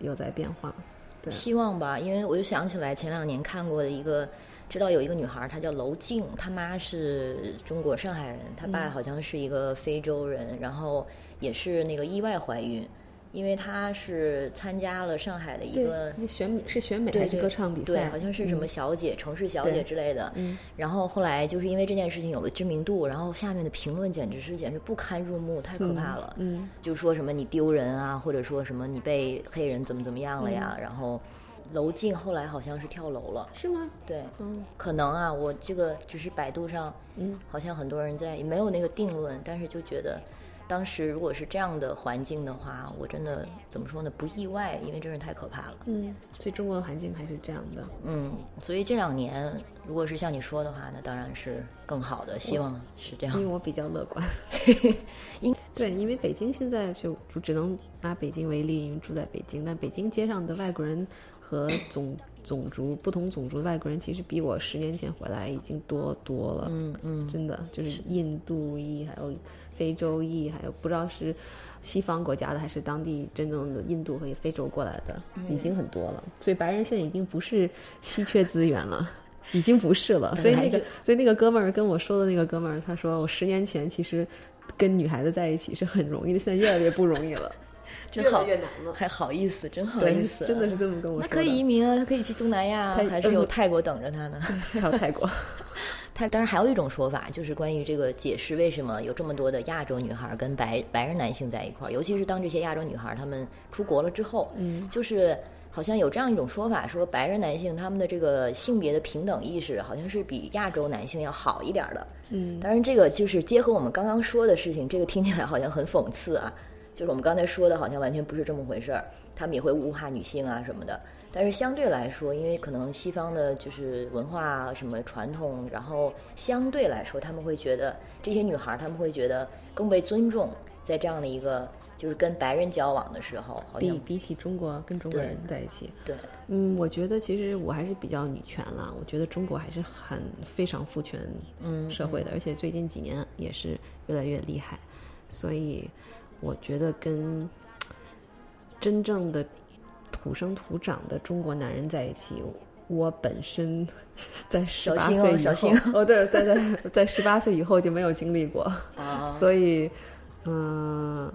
S2: 有在变化。对
S1: 希望吧，因为我就想起来前两年看过的一个，知道有一个女孩儿，她叫娄静，她妈是中国上海人，她爸好像是一个非洲人，然后也是那个意外怀孕，因为他是参加了上海的一
S2: 对
S1: 个，
S2: 那选美是选美
S1: 对
S2: 还是
S1: 对
S2: 歌唱比
S1: 对，
S2: 赛？
S1: 好像是什么小姐、城市小
S2: 对
S1: 姐之类的。
S2: 嗯
S1: 然后后来就是因为这件事情有了知名度，然后下面的评论简直是简直不堪入目，太可怕了。
S2: 嗯
S1: 就说什么你丢人啊，或者说什么你被黑人怎么怎么样了
S2: 嗯
S1: 呀，然后娄静后来好像是跳楼了，
S2: 是吗？
S1: 对，
S2: 嗯
S1: 可能啊，我这个只是百度上
S2: 嗯
S1: 好像很多人在也没有那个定论，但是就觉得。当时如果是这样的环境的话，我真的怎么说呢？不意外，因为真是太可怕了。
S2: 嗯，所以中国的环境还是这样的。
S1: 嗯，所以这两年，如果是像你说的话，那当然是更好的，希望是这
S2: 因
S1: 样。
S2: 为我比较乐 观。对，因为北京现在就就只能拿北京为例，因为住在北京，但北京街上的外国人和种种族不同种族的外国人，其实比我十年前回来已经多多了。
S1: 嗯嗯，
S2: 真的就是印度裔，还有非洲裔，还有不知道是西方国家的还是当地真正的印度和非洲过来的，已经很多了。所以白人现在已经不是稀缺资源 了。已经不是了，所以那
S1: 本来
S2: 个
S1: 就，
S2: 所以那个哥们儿跟我说的那个哥们儿，他说我十年前其实跟女孩子在一起是很容易的，现在越来越不容易 了，越
S1: 真好
S2: 来，越难了。
S1: 还好意思，真好
S2: 对
S1: 意，思，
S2: 真的是这么跟我说
S1: 那
S2: 的。
S1: 可以移民啊，他可以去东南亚啊，
S2: 他呃
S1: 还是有泰国等着他 呢。
S2: 还有泰国，
S1: 他当然还有一种说法，就是关于这个解释为什么有这么多的亚洲女孩跟白白人男性在一块儿，尤其是当这些亚洲女孩她们出国了之后，
S2: 嗯，
S1: 就是好像有这样一种说法，说白人男性他们的这个性别的平等意识好像是比亚洲男性要好一点儿的。
S2: 嗯，
S1: 当然，这个就是结合我们刚刚说的事情，这个听起来好像很讽刺啊，就是我们刚才说的，好像完全不是这么回事儿。他们也会物化女性啊什么的，但是相对来说，因为可能西方的就是文化啊什么传统，然后相对来说，他们会觉得这些女孩儿，他们会觉得更被尊重，在这样的一个就是跟白人交往的时候，好像
S2: 比比起中国跟中国
S1: 对
S2: 人在一起，
S1: 对，
S2: 嗯，我觉得其实我还是比较女权啦。我觉得中国还是很非常父权
S1: 嗯
S2: 社会的，而且最近几年也是越来越厉害。所以我觉得跟真正的土生土长的中国男人在一起，我本身 在十
S1: 小
S2: 八
S1: 心哦
S2: 岁以后，
S1: 小心哦
S2: 哦，对对对，在十八岁以后就没有经历过。
S1: 啊，
S2: 所以，嗯、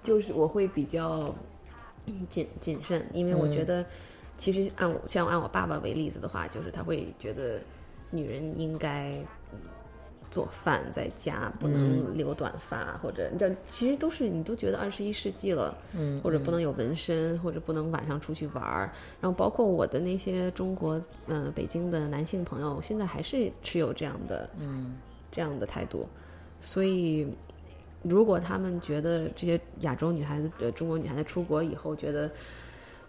S2: 就是我会比较嗯谨谨慎，因为我觉得，其实按我像按我爸爸为例子的话，就是他会觉得女人应该嗯做饭在家，不能留短发，或者你知道，其实都是你都觉得二十一世纪了，
S1: 嗯
S2: 或者不能有纹身，或者不能晚上出去玩儿。然后包括我的那些中国，嗯、北京的男性朋友，现在还是持有这样的，
S1: 嗯
S2: 这样的态度。所以，如果他们觉得这些亚洲女孩子、呃中国女孩子出国以后觉得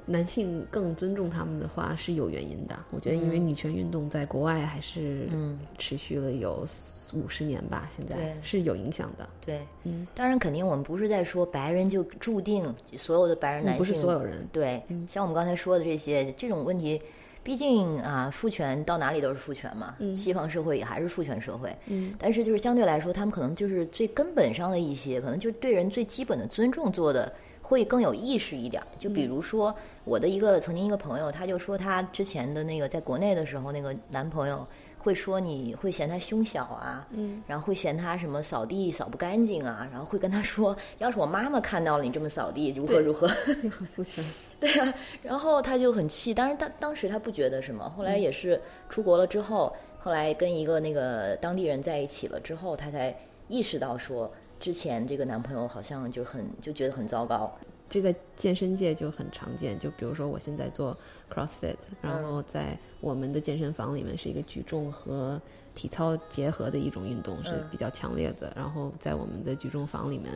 S2: 男性更尊重他们的话，是有原因的。我觉得，因为女权运动在国外还是
S1: 嗯
S2: 持续了有五十年吧，现在
S1: 对
S2: 是有影响的。
S1: 对，
S2: 嗯
S1: 当然肯定我们不是在说白人就注定所有的白人男性
S2: 嗯不是所有人，
S1: 对，像我们刚才说的这些这种问题，毕竟啊，父权到哪里都是父权嘛，西方社会也还是父权社会。
S2: 嗯，
S1: 但是就是相对来说，他们可能就是最根本上的一些，可能就是对人最基本的尊重做的会更有意识一点儿。就
S2: 嗯
S1: 比如说，我的一个曾经一个朋友，他就说他之前的那个在国内的时候，那个男朋友会说你会嫌他胸小啊，
S2: 嗯，
S1: 然后会嫌他什么扫地扫不干净啊，然后会跟他说，要是我妈妈看到了你这么扫地，如何
S2: 对
S1: 如何。
S2: 就很父权。
S1: 对呀、 然后他就很气，当然当当时他不觉得什么，
S2: 嗯
S1: 后来也是出国了之后，后来跟一个那个当地人在一起了之后，他才意识到说，之前这个男朋友好像就很就觉得很糟糕，
S2: 这在健身界就很常见。就比如说我现在做 CrossFit，然后在我们的健身房里面是一个举重和体操结合的一种运动，是比较强烈的。然后在我们的举重房里面，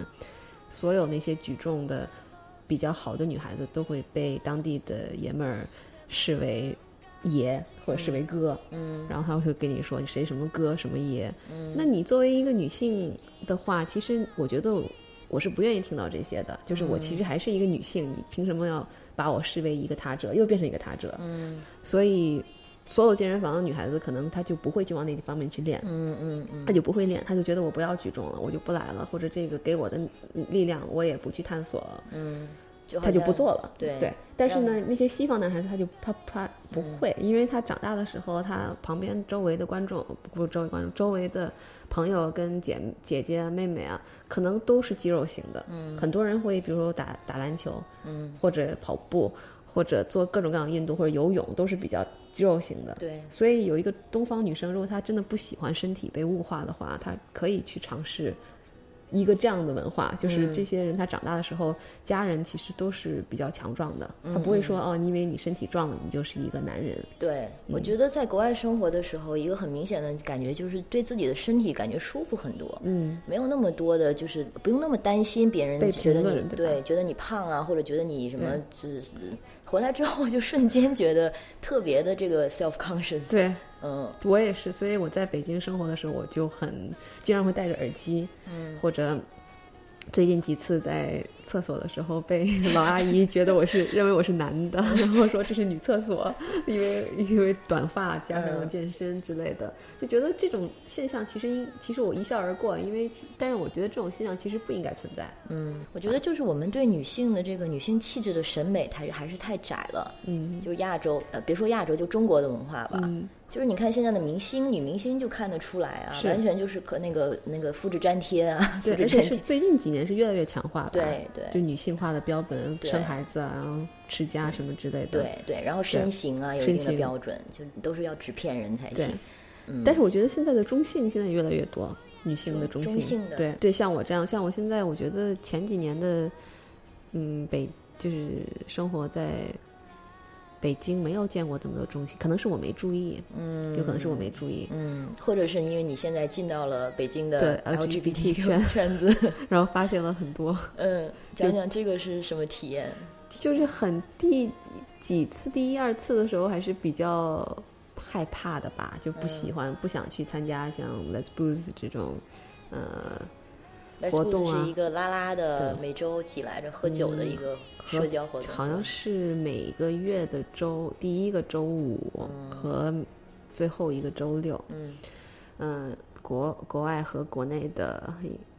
S2: 所有那些举重的比较好的女孩子都会被当地的爷们儿视为。爷或者视为哥，嗯，然后他会跟你说你谁什么哥什么爷，嗯，那你作为一个女性的话，其实我觉得我是不愿意听到这些的。就是我
S1: 嗯
S2: 其实还是一个女性，你凭什么要把我视为一个他者，又变成一个他者？
S1: 嗯
S2: 所以，所有健身房的女孩子可能她就不会去往那方面去练，
S1: 嗯嗯嗯，
S2: 她就不会练，她就觉得我不要举重了，我就不来了，或者这个给我的力量我也不去探索了。
S1: 嗯就好
S2: 他就
S1: 像
S2: 不做了。
S1: 对
S2: 对，嗯但是
S1: 让
S2: 呢，那些西方男孩子他就他他不会，因为他长大的时候，他旁边周围的观众不是周围观众，周围的朋友跟姐姐姐啊、妹妹啊，可能都是肌肉型的。嗯，很多人会比如说打打篮球，嗯，或者跑步，或者做各种各样的运动，或者游泳，都是比较肌肉型的。
S1: 对，
S2: 所以有一个东方女生，如果她真的不喜欢身体被物化的话，她可以去尝试一个这样的文化，就是这些人他长大的时候，家人其实都是比较强壮的，他不会说哦，你以为你身体壮了，你就是一个男人。
S1: 对，
S2: 嗯
S1: 我觉得在国外生活的时候，一个很明显的感觉就是对自己的身体感觉舒服很多，
S2: 嗯，
S1: 没有那么多的，就是不用那么担心别人
S2: 被
S1: 觉得
S2: 评
S1: 你
S2: 论对吧
S1: 对觉得你胖啊，或者觉得你什么，就是回来之后就瞬间觉得特别的这个 self conscious，
S2: 对
S1: 嗯，
S2: 我也是，所以我在北京生活的时候，我就很经常会戴着耳机，嗯，或者。最近几次在厕所的时候，被老阿姨觉得我是认为我是男的， 然后说这是女厕所，因为因为短发加上
S1: 嗯
S2: 健身之类的，就觉得这种现象其实应其实我一笑而过，因为其但是我觉得这种现象其实不应该存在。
S1: 我觉得就是我们对女性的这个女性气质的审美，它还是太窄了。
S2: 嗯，
S1: 就亚洲，呃，别说亚洲，就中国的文化吧。
S2: 嗯
S1: 就是你看现在的明星，女明星就看得出来啊，
S2: 是
S1: 完全就是可那个那个肤质粘贴啊，肤
S2: 对，
S1: 质粘
S2: 而且是
S1: 贴。
S2: 最近几年是越来越强化吧？
S1: 对对
S2: 就女性化的标本，
S1: 对
S2: 生孩子啊，然后持家什么之类的。
S1: 对对，然后身形啊有一
S2: 身
S1: 定的
S2: 形
S1: 标准，就都是要纸片人才行
S2: 对。但是我觉得现在的中性现在越来越多，女性的
S1: 嗯中
S2: 性，
S1: 中性的
S2: 对对，像我这样，像我现在，我觉得前几年的，嗯，北就是生活在北京，没有见过这么多中性，可能是我没注意，嗯，有可能是我没注意，
S1: 嗯，或者是因为你现在进到了北京的
S2: 对
S1: LGBT
S2: LGBT 圈
S1: 圈 子，
S2: 然后发现了很多，
S1: 嗯，讲讲这个是什么体验？
S2: 就是很第几次第一二次的时候还是比较害怕的吧，就
S1: 嗯
S2: 不喜欢，不想去参加像 Let's Boost 这种，呃，
S1: Let's
S2: 活动
S1: Boost
S2: 啊
S1: 是一个拉拉的
S2: 对嗯
S1: 每周几来着喝酒的一个社交活动，
S2: 好像是每个月的周第一个周五和最后一个周六，
S1: 嗯
S2: 嗯、国国外和国内的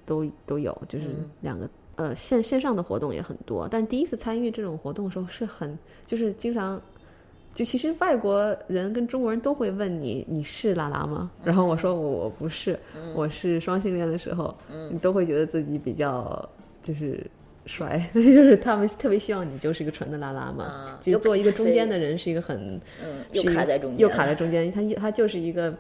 S2: 都都有，就是
S1: 嗯
S2: 两个、呃线线上的活动也很多，但第一次参与这种活动的时候是很就是经常。就其实外国人跟中国人都会问你你是拉拉吗？然后我说我我不是，
S1: 嗯
S2: 我是双性恋的时候，你都会觉得自己比较就是帅， 就是他们特别希望你就是一个纯的拉拉嘛。
S1: 啊
S2: 其实
S1: 有
S2: 做一个
S1: 所
S2: 中间
S1: 以
S2: 的人是一个很
S1: 嗯，又
S2: 是一
S1: 卡
S2: 个
S1: 在中间，
S2: 又卡在中间。他他就是一个，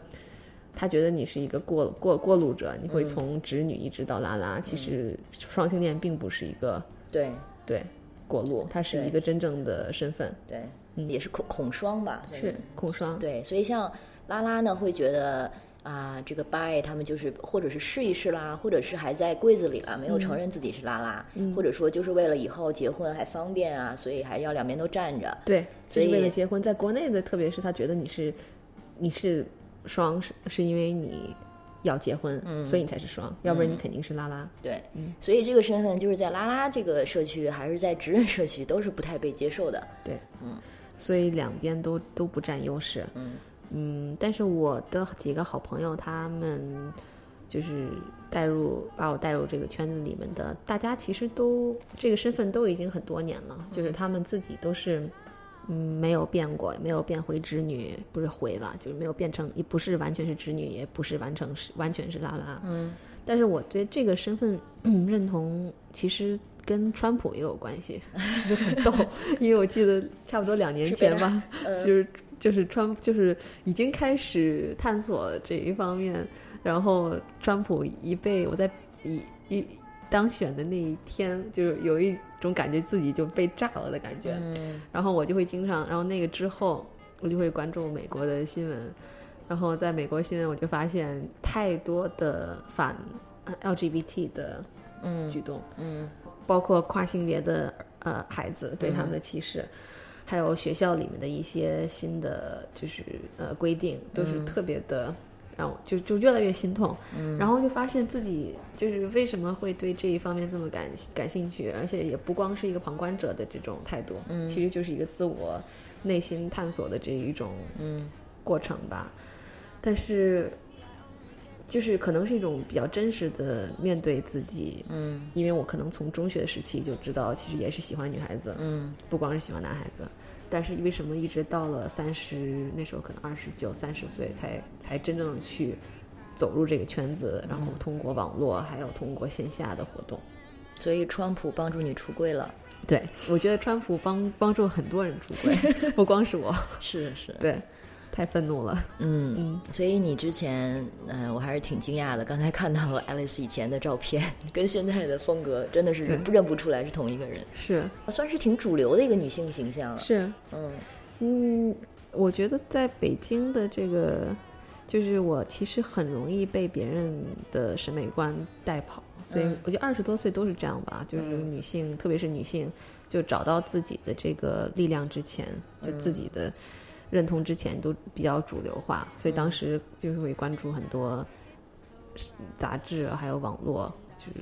S2: 他觉得你是一个过过过路者，
S1: 嗯
S2: 你会从直女一直到拉拉。其实双性恋并不是一个
S1: 对
S2: 对过路，它是
S1: 对
S2: 一个真正的身份，
S1: 对，嗯也是恐恐双吧，算
S2: 是恐双。
S1: 对，所以像拉拉呢，会觉得啊、这个 by 他们就是或者是试一试啦，或者是还在柜子里啦，没有承认自己是拉拉，或者说就是为了以后结婚还方便啊，所以还要两边都站着。
S2: 对，
S1: 所
S2: 就是为了
S1: 以
S2: 结婚，在国内的，特别是他觉得你是你是双，是是因为你要结婚，
S1: 嗯
S2: 所以你才是双，要不然你肯定是拉拉。
S1: 对，所以这个身份就是在拉拉这个社区还是在直人社区都是不太被接受的。
S2: 对，嗯，所以两边都都不占优势。
S1: 嗯
S2: 嗯但是我的几个好朋友，他们就是带入把我带入这个圈子里面的，大家其实都这个身份都已经很多年了，
S1: 嗯
S2: 就是他们自己都是。嗯，没有变过，没有变回直女，不是回吧，就是没有变成，也不是完全是直女，也不是完成是完全是拉拉。
S1: 嗯，
S2: 但是我对这个身份嗯认同，其实跟川普也有关系，就很 逗，因为我记得差不多两年
S1: 是嗯被
S2: 前吧，就是就是川就是已经开始探索这一方面，然后川普一被我在一一当选的那一天，就是有一种感觉自己就被炸了的感觉，
S1: 嗯
S2: 然后我就会经常，然后那个之后我就会关注美国的新闻，然后在美国新闻我就发现太多的反呃 LGBT 的
S1: 嗯
S2: 举动，
S1: 嗯
S2: 包括跨性别的呃孩子对他们
S1: 嗯
S2: 的歧视，还有学校里面的一些新的就是呃规定，都
S1: 嗯
S2: 是特别的。让我就就越来越心痛，然后就发现自己就是为什么会对这一方面这么感感兴趣，而且也不光是一个旁观者的这种态度，其实就是一个自我内心探索的这一种
S1: 嗯
S2: 过程吧。但是就是可能是一种比较真实的面对自己，嗯，因为我可能从中学时期就知道，其实也是喜欢女孩子，
S1: 嗯，
S2: 不光是喜欢男孩子，但是为什么一直到了三十，那时候可能二十九、三十岁才才真正地去走入这个圈子，然后通过网络，还有通过线下的活动，
S1: 所以川普帮助你出柜了，
S2: 对我觉得川普帮帮助很多人出 轨，不光是我，
S1: 是是，
S2: 对，太愤怒了，
S1: 嗯，所以你之前，嗯，我还是挺惊讶的，刚才看到 了 Alice 以前的照片， 跟现在的风格真的是
S2: 对
S1: 认不出来是同一个人，啊
S2: 是
S1: 算是挺主流的一个女性形象了。
S2: 是，
S1: 嗯
S2: 嗯，我觉得在北京的这个，就是我其实很容易被别人的审美观带跑，所以
S1: 嗯
S2: 我觉得二十多岁都是这样吧，就是
S1: 嗯
S2: 女性，特别是女性，就找到自己的这个力量之前，就
S1: 嗯
S2: 自己的认同之前都比较主流化，所
S1: 嗯
S2: 以当时就是会关注很多杂志啊还有网络，就是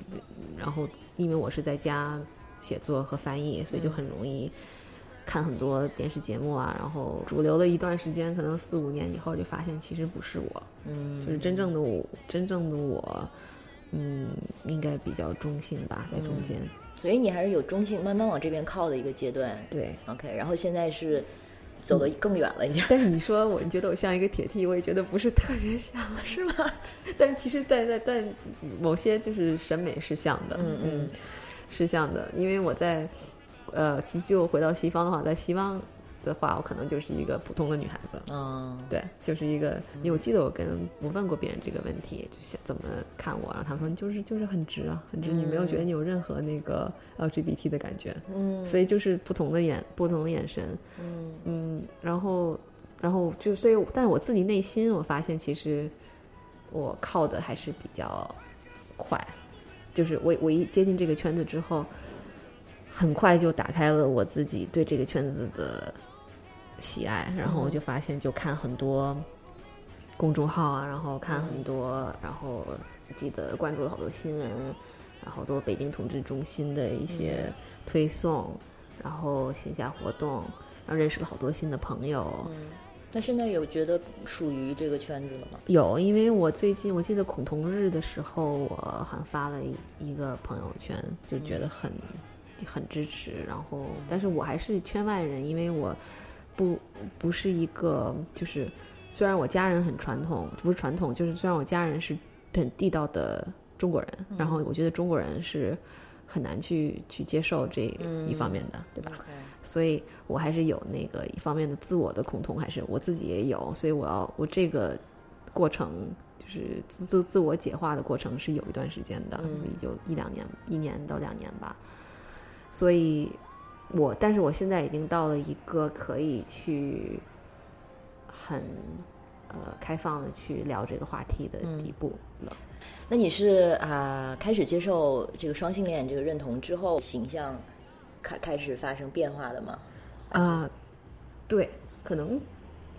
S2: 然后因为我是在家写作和翻译，所以
S1: 嗯
S2: 就很容易看很多电视节目啊。然后主流的一段时间，可能四五年以后，就发现其实不是我，
S1: 嗯，
S2: 就是真正的我，真正的我，嗯，应该比较中性
S1: 嗯
S2: 吧，在中间。
S1: 所以你还是有中性，慢慢往这边靠的一个阶段。
S2: 对，
S1: OK，然后现在是走得更远了一点，
S2: 但是你说我，你觉得我像一个铁 T，我也觉得不是特别像， 是吗？但其实在，在在某些就是审美是像的，
S1: 嗯嗯，
S2: 是像的。因为我在呃，其实就回到西方的话，在西方的话，我可能就是一个普通的女孩子，
S1: 嗯，
S2: 对，就是一个。因为我记得我跟我问过别人这个问题，就是怎么看我，然后他们说你就是就是很直啊，很直，你没有觉得你有任何那个 LGBT 的感觉，
S1: 嗯，
S2: 所以就是不同的眼，不同的眼神，嗯然后然后就所以，但是我自己内心我发现其实我靠的还是比较快，就是我我一接近这个圈子之后，很快就打开了我自己对这个圈子的喜爱，然后我就发现就看很多公众号啊，然后看很多，然后记得关注了好多新闻，然后多北京同志中心的一些推送，然后线下活动，然后认识了好多新的朋友。
S1: 那现在有觉得属于这个圈子了吗？
S2: 有，因为我最近我记得恐同日的时候，我好像发了一一个朋友圈，就觉得很、很支持。然后，但是我还是圈外人，因为我不不是一个就是，虽然我家人很传统，不是传统，就是虽然我家人是很地道的中国人，然后我觉得中国人是很难去去接受这一方面的，对吧？
S1: OK，
S2: 所以我还是有那个一方面的自我的恐同，还是我自己也有，所以我要我这个过程就是自自自我解化的过程是有一段时间的，有一两年，一年到两年吧。所以我，但是我现在已经到了一个可以去很呃开放的去聊这个话题的地步了。
S1: 那你是啊、开始接受这个双性恋这个认同之后，形象开开始发生变化的吗？
S2: 啊、对，可能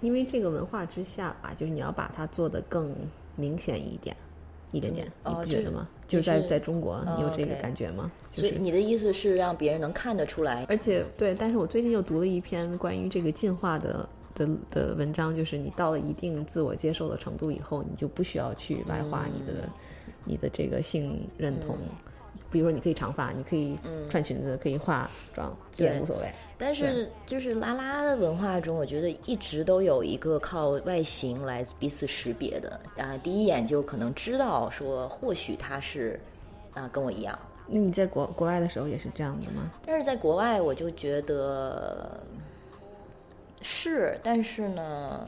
S2: 因为这个文化之下吧，就是你要把它做得更明显一点，一点点，
S1: 哦
S2: 你不
S1: 就
S2: 觉得
S1: 是
S2: 吗？
S1: 就
S2: 就在
S1: 是
S2: 在中国，你有
S1: 哦
S2: 这个
S1: ，OK
S2: 感觉吗？就
S1: 所以
S2: 是
S1: 你的意思是让别人能看得出来？
S2: 而且对，但是我最近又读了一篇关于这个进化的的的文章，就是你到了一定自我接受的程度以后，你就不需要去外化你的、
S1: 嗯
S2: 你的这个性认同。比如说，你可以长发，你可以穿裙子，可以化妆，也
S1: 嗯对
S2: 无所谓。
S1: 但是就是拉拉的文化中，我觉得一直都有一个靠外形来彼此识别的啊、第一眼就可能知道说，或许他是啊、跟我一样。
S2: 那你在国国外的时候也是这样的吗？
S1: 但是在国外，我就觉得是，但是呢，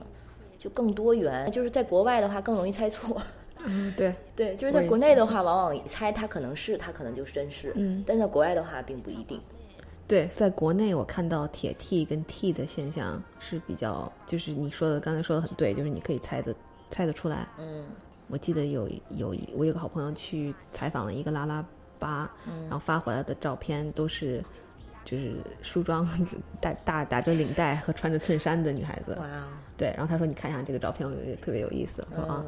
S1: 就更多元。就是在国外的话，更容易猜错。
S2: 嗯，对，
S1: 对，就是
S2: 我
S1: 在
S2: 也
S1: 国内的话，往往猜他可能是，他可能就是真是。嗯，但在国外的话，并不一定。
S2: 对，在国内我看到铁 T 跟 T 的现象是比较，就是你说的刚才说的很对，就是你可以猜的猜得出来。
S1: 嗯
S2: 我记得有有一我有个好朋友去采访了一个拉拉吧，
S1: 嗯
S2: 然后发回来的照片都是就是梳妆打打打着领带和穿着衬衫的女孩子。
S1: 哇，
S2: 对，然后他说你看一下这个照片，我觉得特别有意思。
S1: 嗯
S2: 我说啊，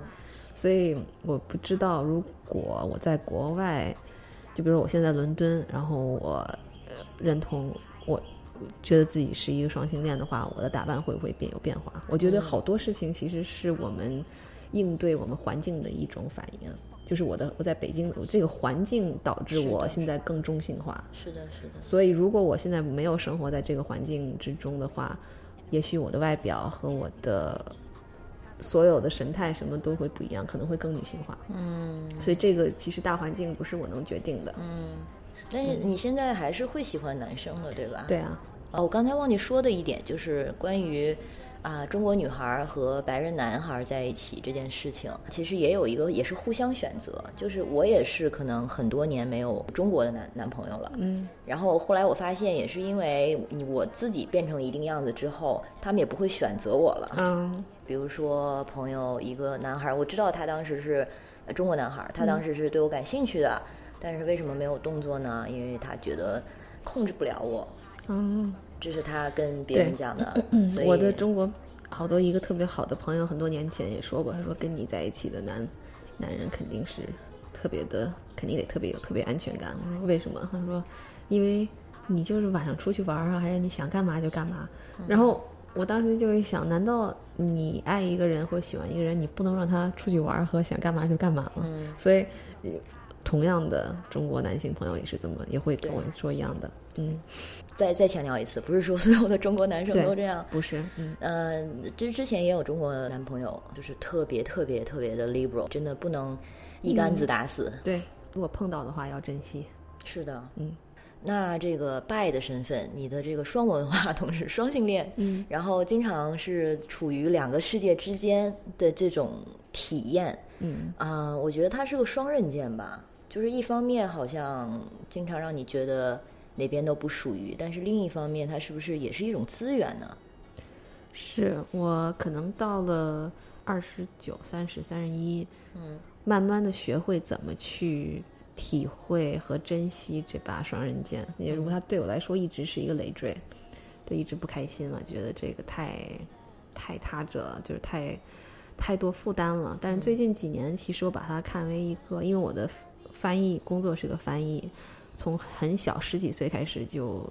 S2: 所以我不知道如果我在国外，就比如我现在在伦敦，然后我呃认同我。觉得自己是一个双性恋的话，我的打扮会不会变有变化？我觉得好多事情其实是我们应对我们环境的一种反应啊。就是我的我在北京，我这个环境导致
S1: 是的
S2: 我现在更中性化。
S1: 是的，是的，
S2: 所以，如果我现在没有生活在这个环境之中的话，也许我的外表和我的所有的神态什么都会不一样，可能会更女性化。嗯，所以这个其实大环境不是我能决定的。
S1: 嗯但是你现在还是会喜欢男生了，对吧？
S2: 对啊，
S1: 哦，我刚才忘记说的一点就是关于啊、中国女孩儿和白人男孩儿在一起这件事情，其实也有一个也是互相选择，就是我也是可能很多年没有中国的男男朋友了，嗯，然后后来我发现也是因为你我自己变成一定样子之后，他们也不会选择我了，
S2: 嗯，
S1: 比如说朋友一个男孩儿，我知道他当时是呃中国男
S2: 嗯
S1: 孩儿，他当时是对我感兴趣的，但是为什么没有动作呢？因为他觉得控制不了我。
S2: 嗯，
S1: 这是他跟别人
S2: 对
S1: 讲的，所以
S2: 嗯我的中国好多一个特别好的朋友，很多年前也说过，他说跟你在一起的男男人肯定是特别的，肯定得特别有特别安全感。我说为什么？他说因为你就是晚上出去玩儿啊，还是你想干嘛就干嘛。然后我当时就会想，难道你爱一个人或者喜欢一个人，你不能让他出去玩儿和想干嘛就干嘛吗？所以。呃同样的，中国男性朋友也是这么，也会跟我说一样的。嗯，
S1: 再再强调一次，不是说所有的中国男生
S2: 对
S1: 都这样。
S2: 不是，嗯，
S1: 嗯、之之前也有中国男朋友，就是特别特别特别的 liberal，真的不能一竿
S2: 嗯
S1: 子打死。
S2: 对，如果碰到的话要珍惜。
S1: 是的，
S2: 嗯。
S1: 那这个 bi 的身份，你的这个双文化，同时双性恋，嗯，然后经常是处于两个世界之间的这种体验，
S2: 嗯
S1: 啊、我觉得它是个双刃剑吧，就是一方面好像经常让你觉得哪边都不属于，但是另一方面，它是不是也是一种资源呢？，
S2: 是我可能到了二十九、三十、三十一，嗯，慢慢的学会怎么去体会和珍惜这把双刃剑。也如果它对我来说一直是一个累赘，对，一直不开心嘛，觉得这个太太他者了，就是太太多负担了。但是最近几年，其实我把它看为一个，因为我的翻译工作是个翻译，从很小十几岁开始就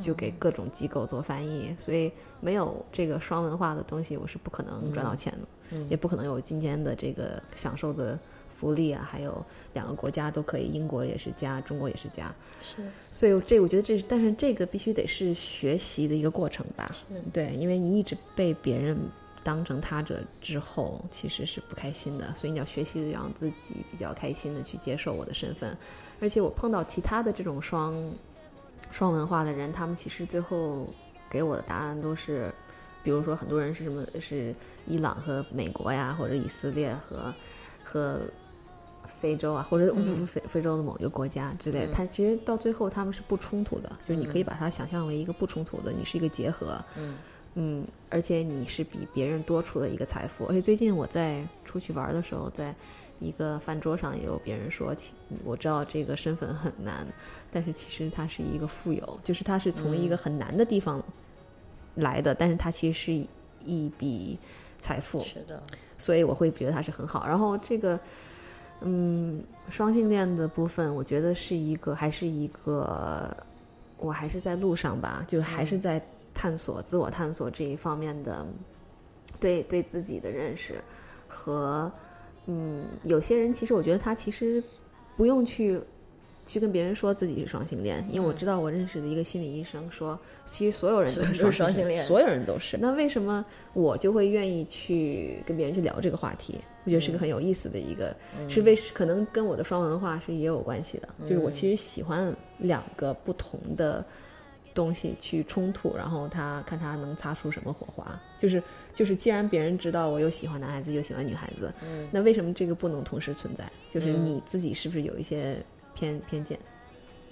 S2: 就给各种机构做翻译，所以没有这个双文化的东西，我是不可能赚到钱的，也不可能有今天的这个享受的福利啊，还有两个国家都可以，英国也是家，中国也是家，
S1: 是
S2: 所以这我觉得这是，但是这个必须得是学习的一个过程吧，对，因为你一直被别人当成他者之后，其实是不开心的，所以你要学习的让自己比较开心的去接受我的身份，而且我碰到其他的这种双双文化的人，他们其实最后给我的答案都是，比如说很多人是什么是伊朗和美国呀，或者以色列和和非洲啊，或者非非洲的某一个国家之类的，它其实到最后他们是不冲突的，就是你可以把它想象为一个不冲突的，你是一个结合，
S1: 嗯
S2: 嗯，而且你是比别人多出了一个财富。而且最近我在出去玩的时候，在一个饭桌上也有别人说，其我知道这个身份很难，但是其实他是一个富有，就是他是从一个很难的地方来的，但是他其实是一笔财富。
S1: 是 的，
S2: 所以我会觉得它是很好。然后这个，嗯，双性恋的部分，我觉得是一个，还是一个，我还是在路上吧，就是还
S1: 嗯
S2: 是在探索、自我探索这一方面的对对自己的认识和，嗯，有些人其实我觉得他其实不用去。去跟别人说自己是双性恋，
S1: 嗯
S2: 因为我知道我认识的一个心理医生说，其实所有人
S1: 所
S2: 都
S1: 有人
S2: 是
S1: 都是双性恋
S2: 所有人都是。那为什么我就会愿意去跟别人去聊这个话题？我觉得是个很有意思的一个，是为可能跟我的双文化是也有关系的。就是我其实喜欢两个不同的东西去冲突，然后他看他能擦出什么火花。就是就是，既然别人知道我又喜欢男孩子又喜欢女孩子，那为什么这个不能同时存在？就是你自己是不是有一些偏偏见？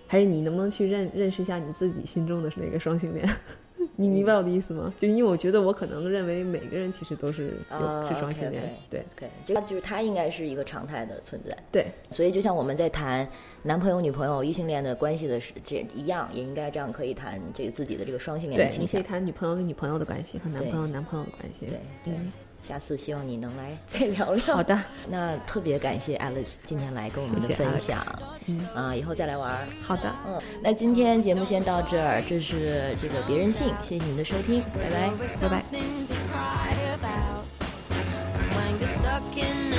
S2: 还是你能不能去认认识一下你自己心中的那个双性恋？你
S1: 嗯
S2: 明白我的意思吗？就是因为我觉得我可能认为每个人其实都是有、
S1: 啊
S2: 是双性
S1: OK，OK
S2: 恋，对
S1: 对，这个就是它应该是一个常态的存在。
S2: 对，
S1: 所以，就像我们在谈男朋友、女朋友、异性恋的关系的时，这一样，也应该这样可以谈这个自己的这个双性恋
S2: 对
S1: 的，倾
S2: 你可
S1: 向
S2: 以。谈女朋友跟女朋友的关系和男朋友男朋友的关系。
S1: 对对，下次希望你能来再聊聊。
S2: 嗯好的，
S1: 那特别感谢 Alice 今天来跟我们的
S2: 谢谢
S1: 分
S2: Alex
S1: 享，嗯啊、以后再来玩儿。
S2: 好的，
S1: 嗯，那今天节目先到这儿，这是这个别任性，谢谢你们的收听，拜拜。
S2: 拜拜。
S4: Something to cry about when you're stuck looking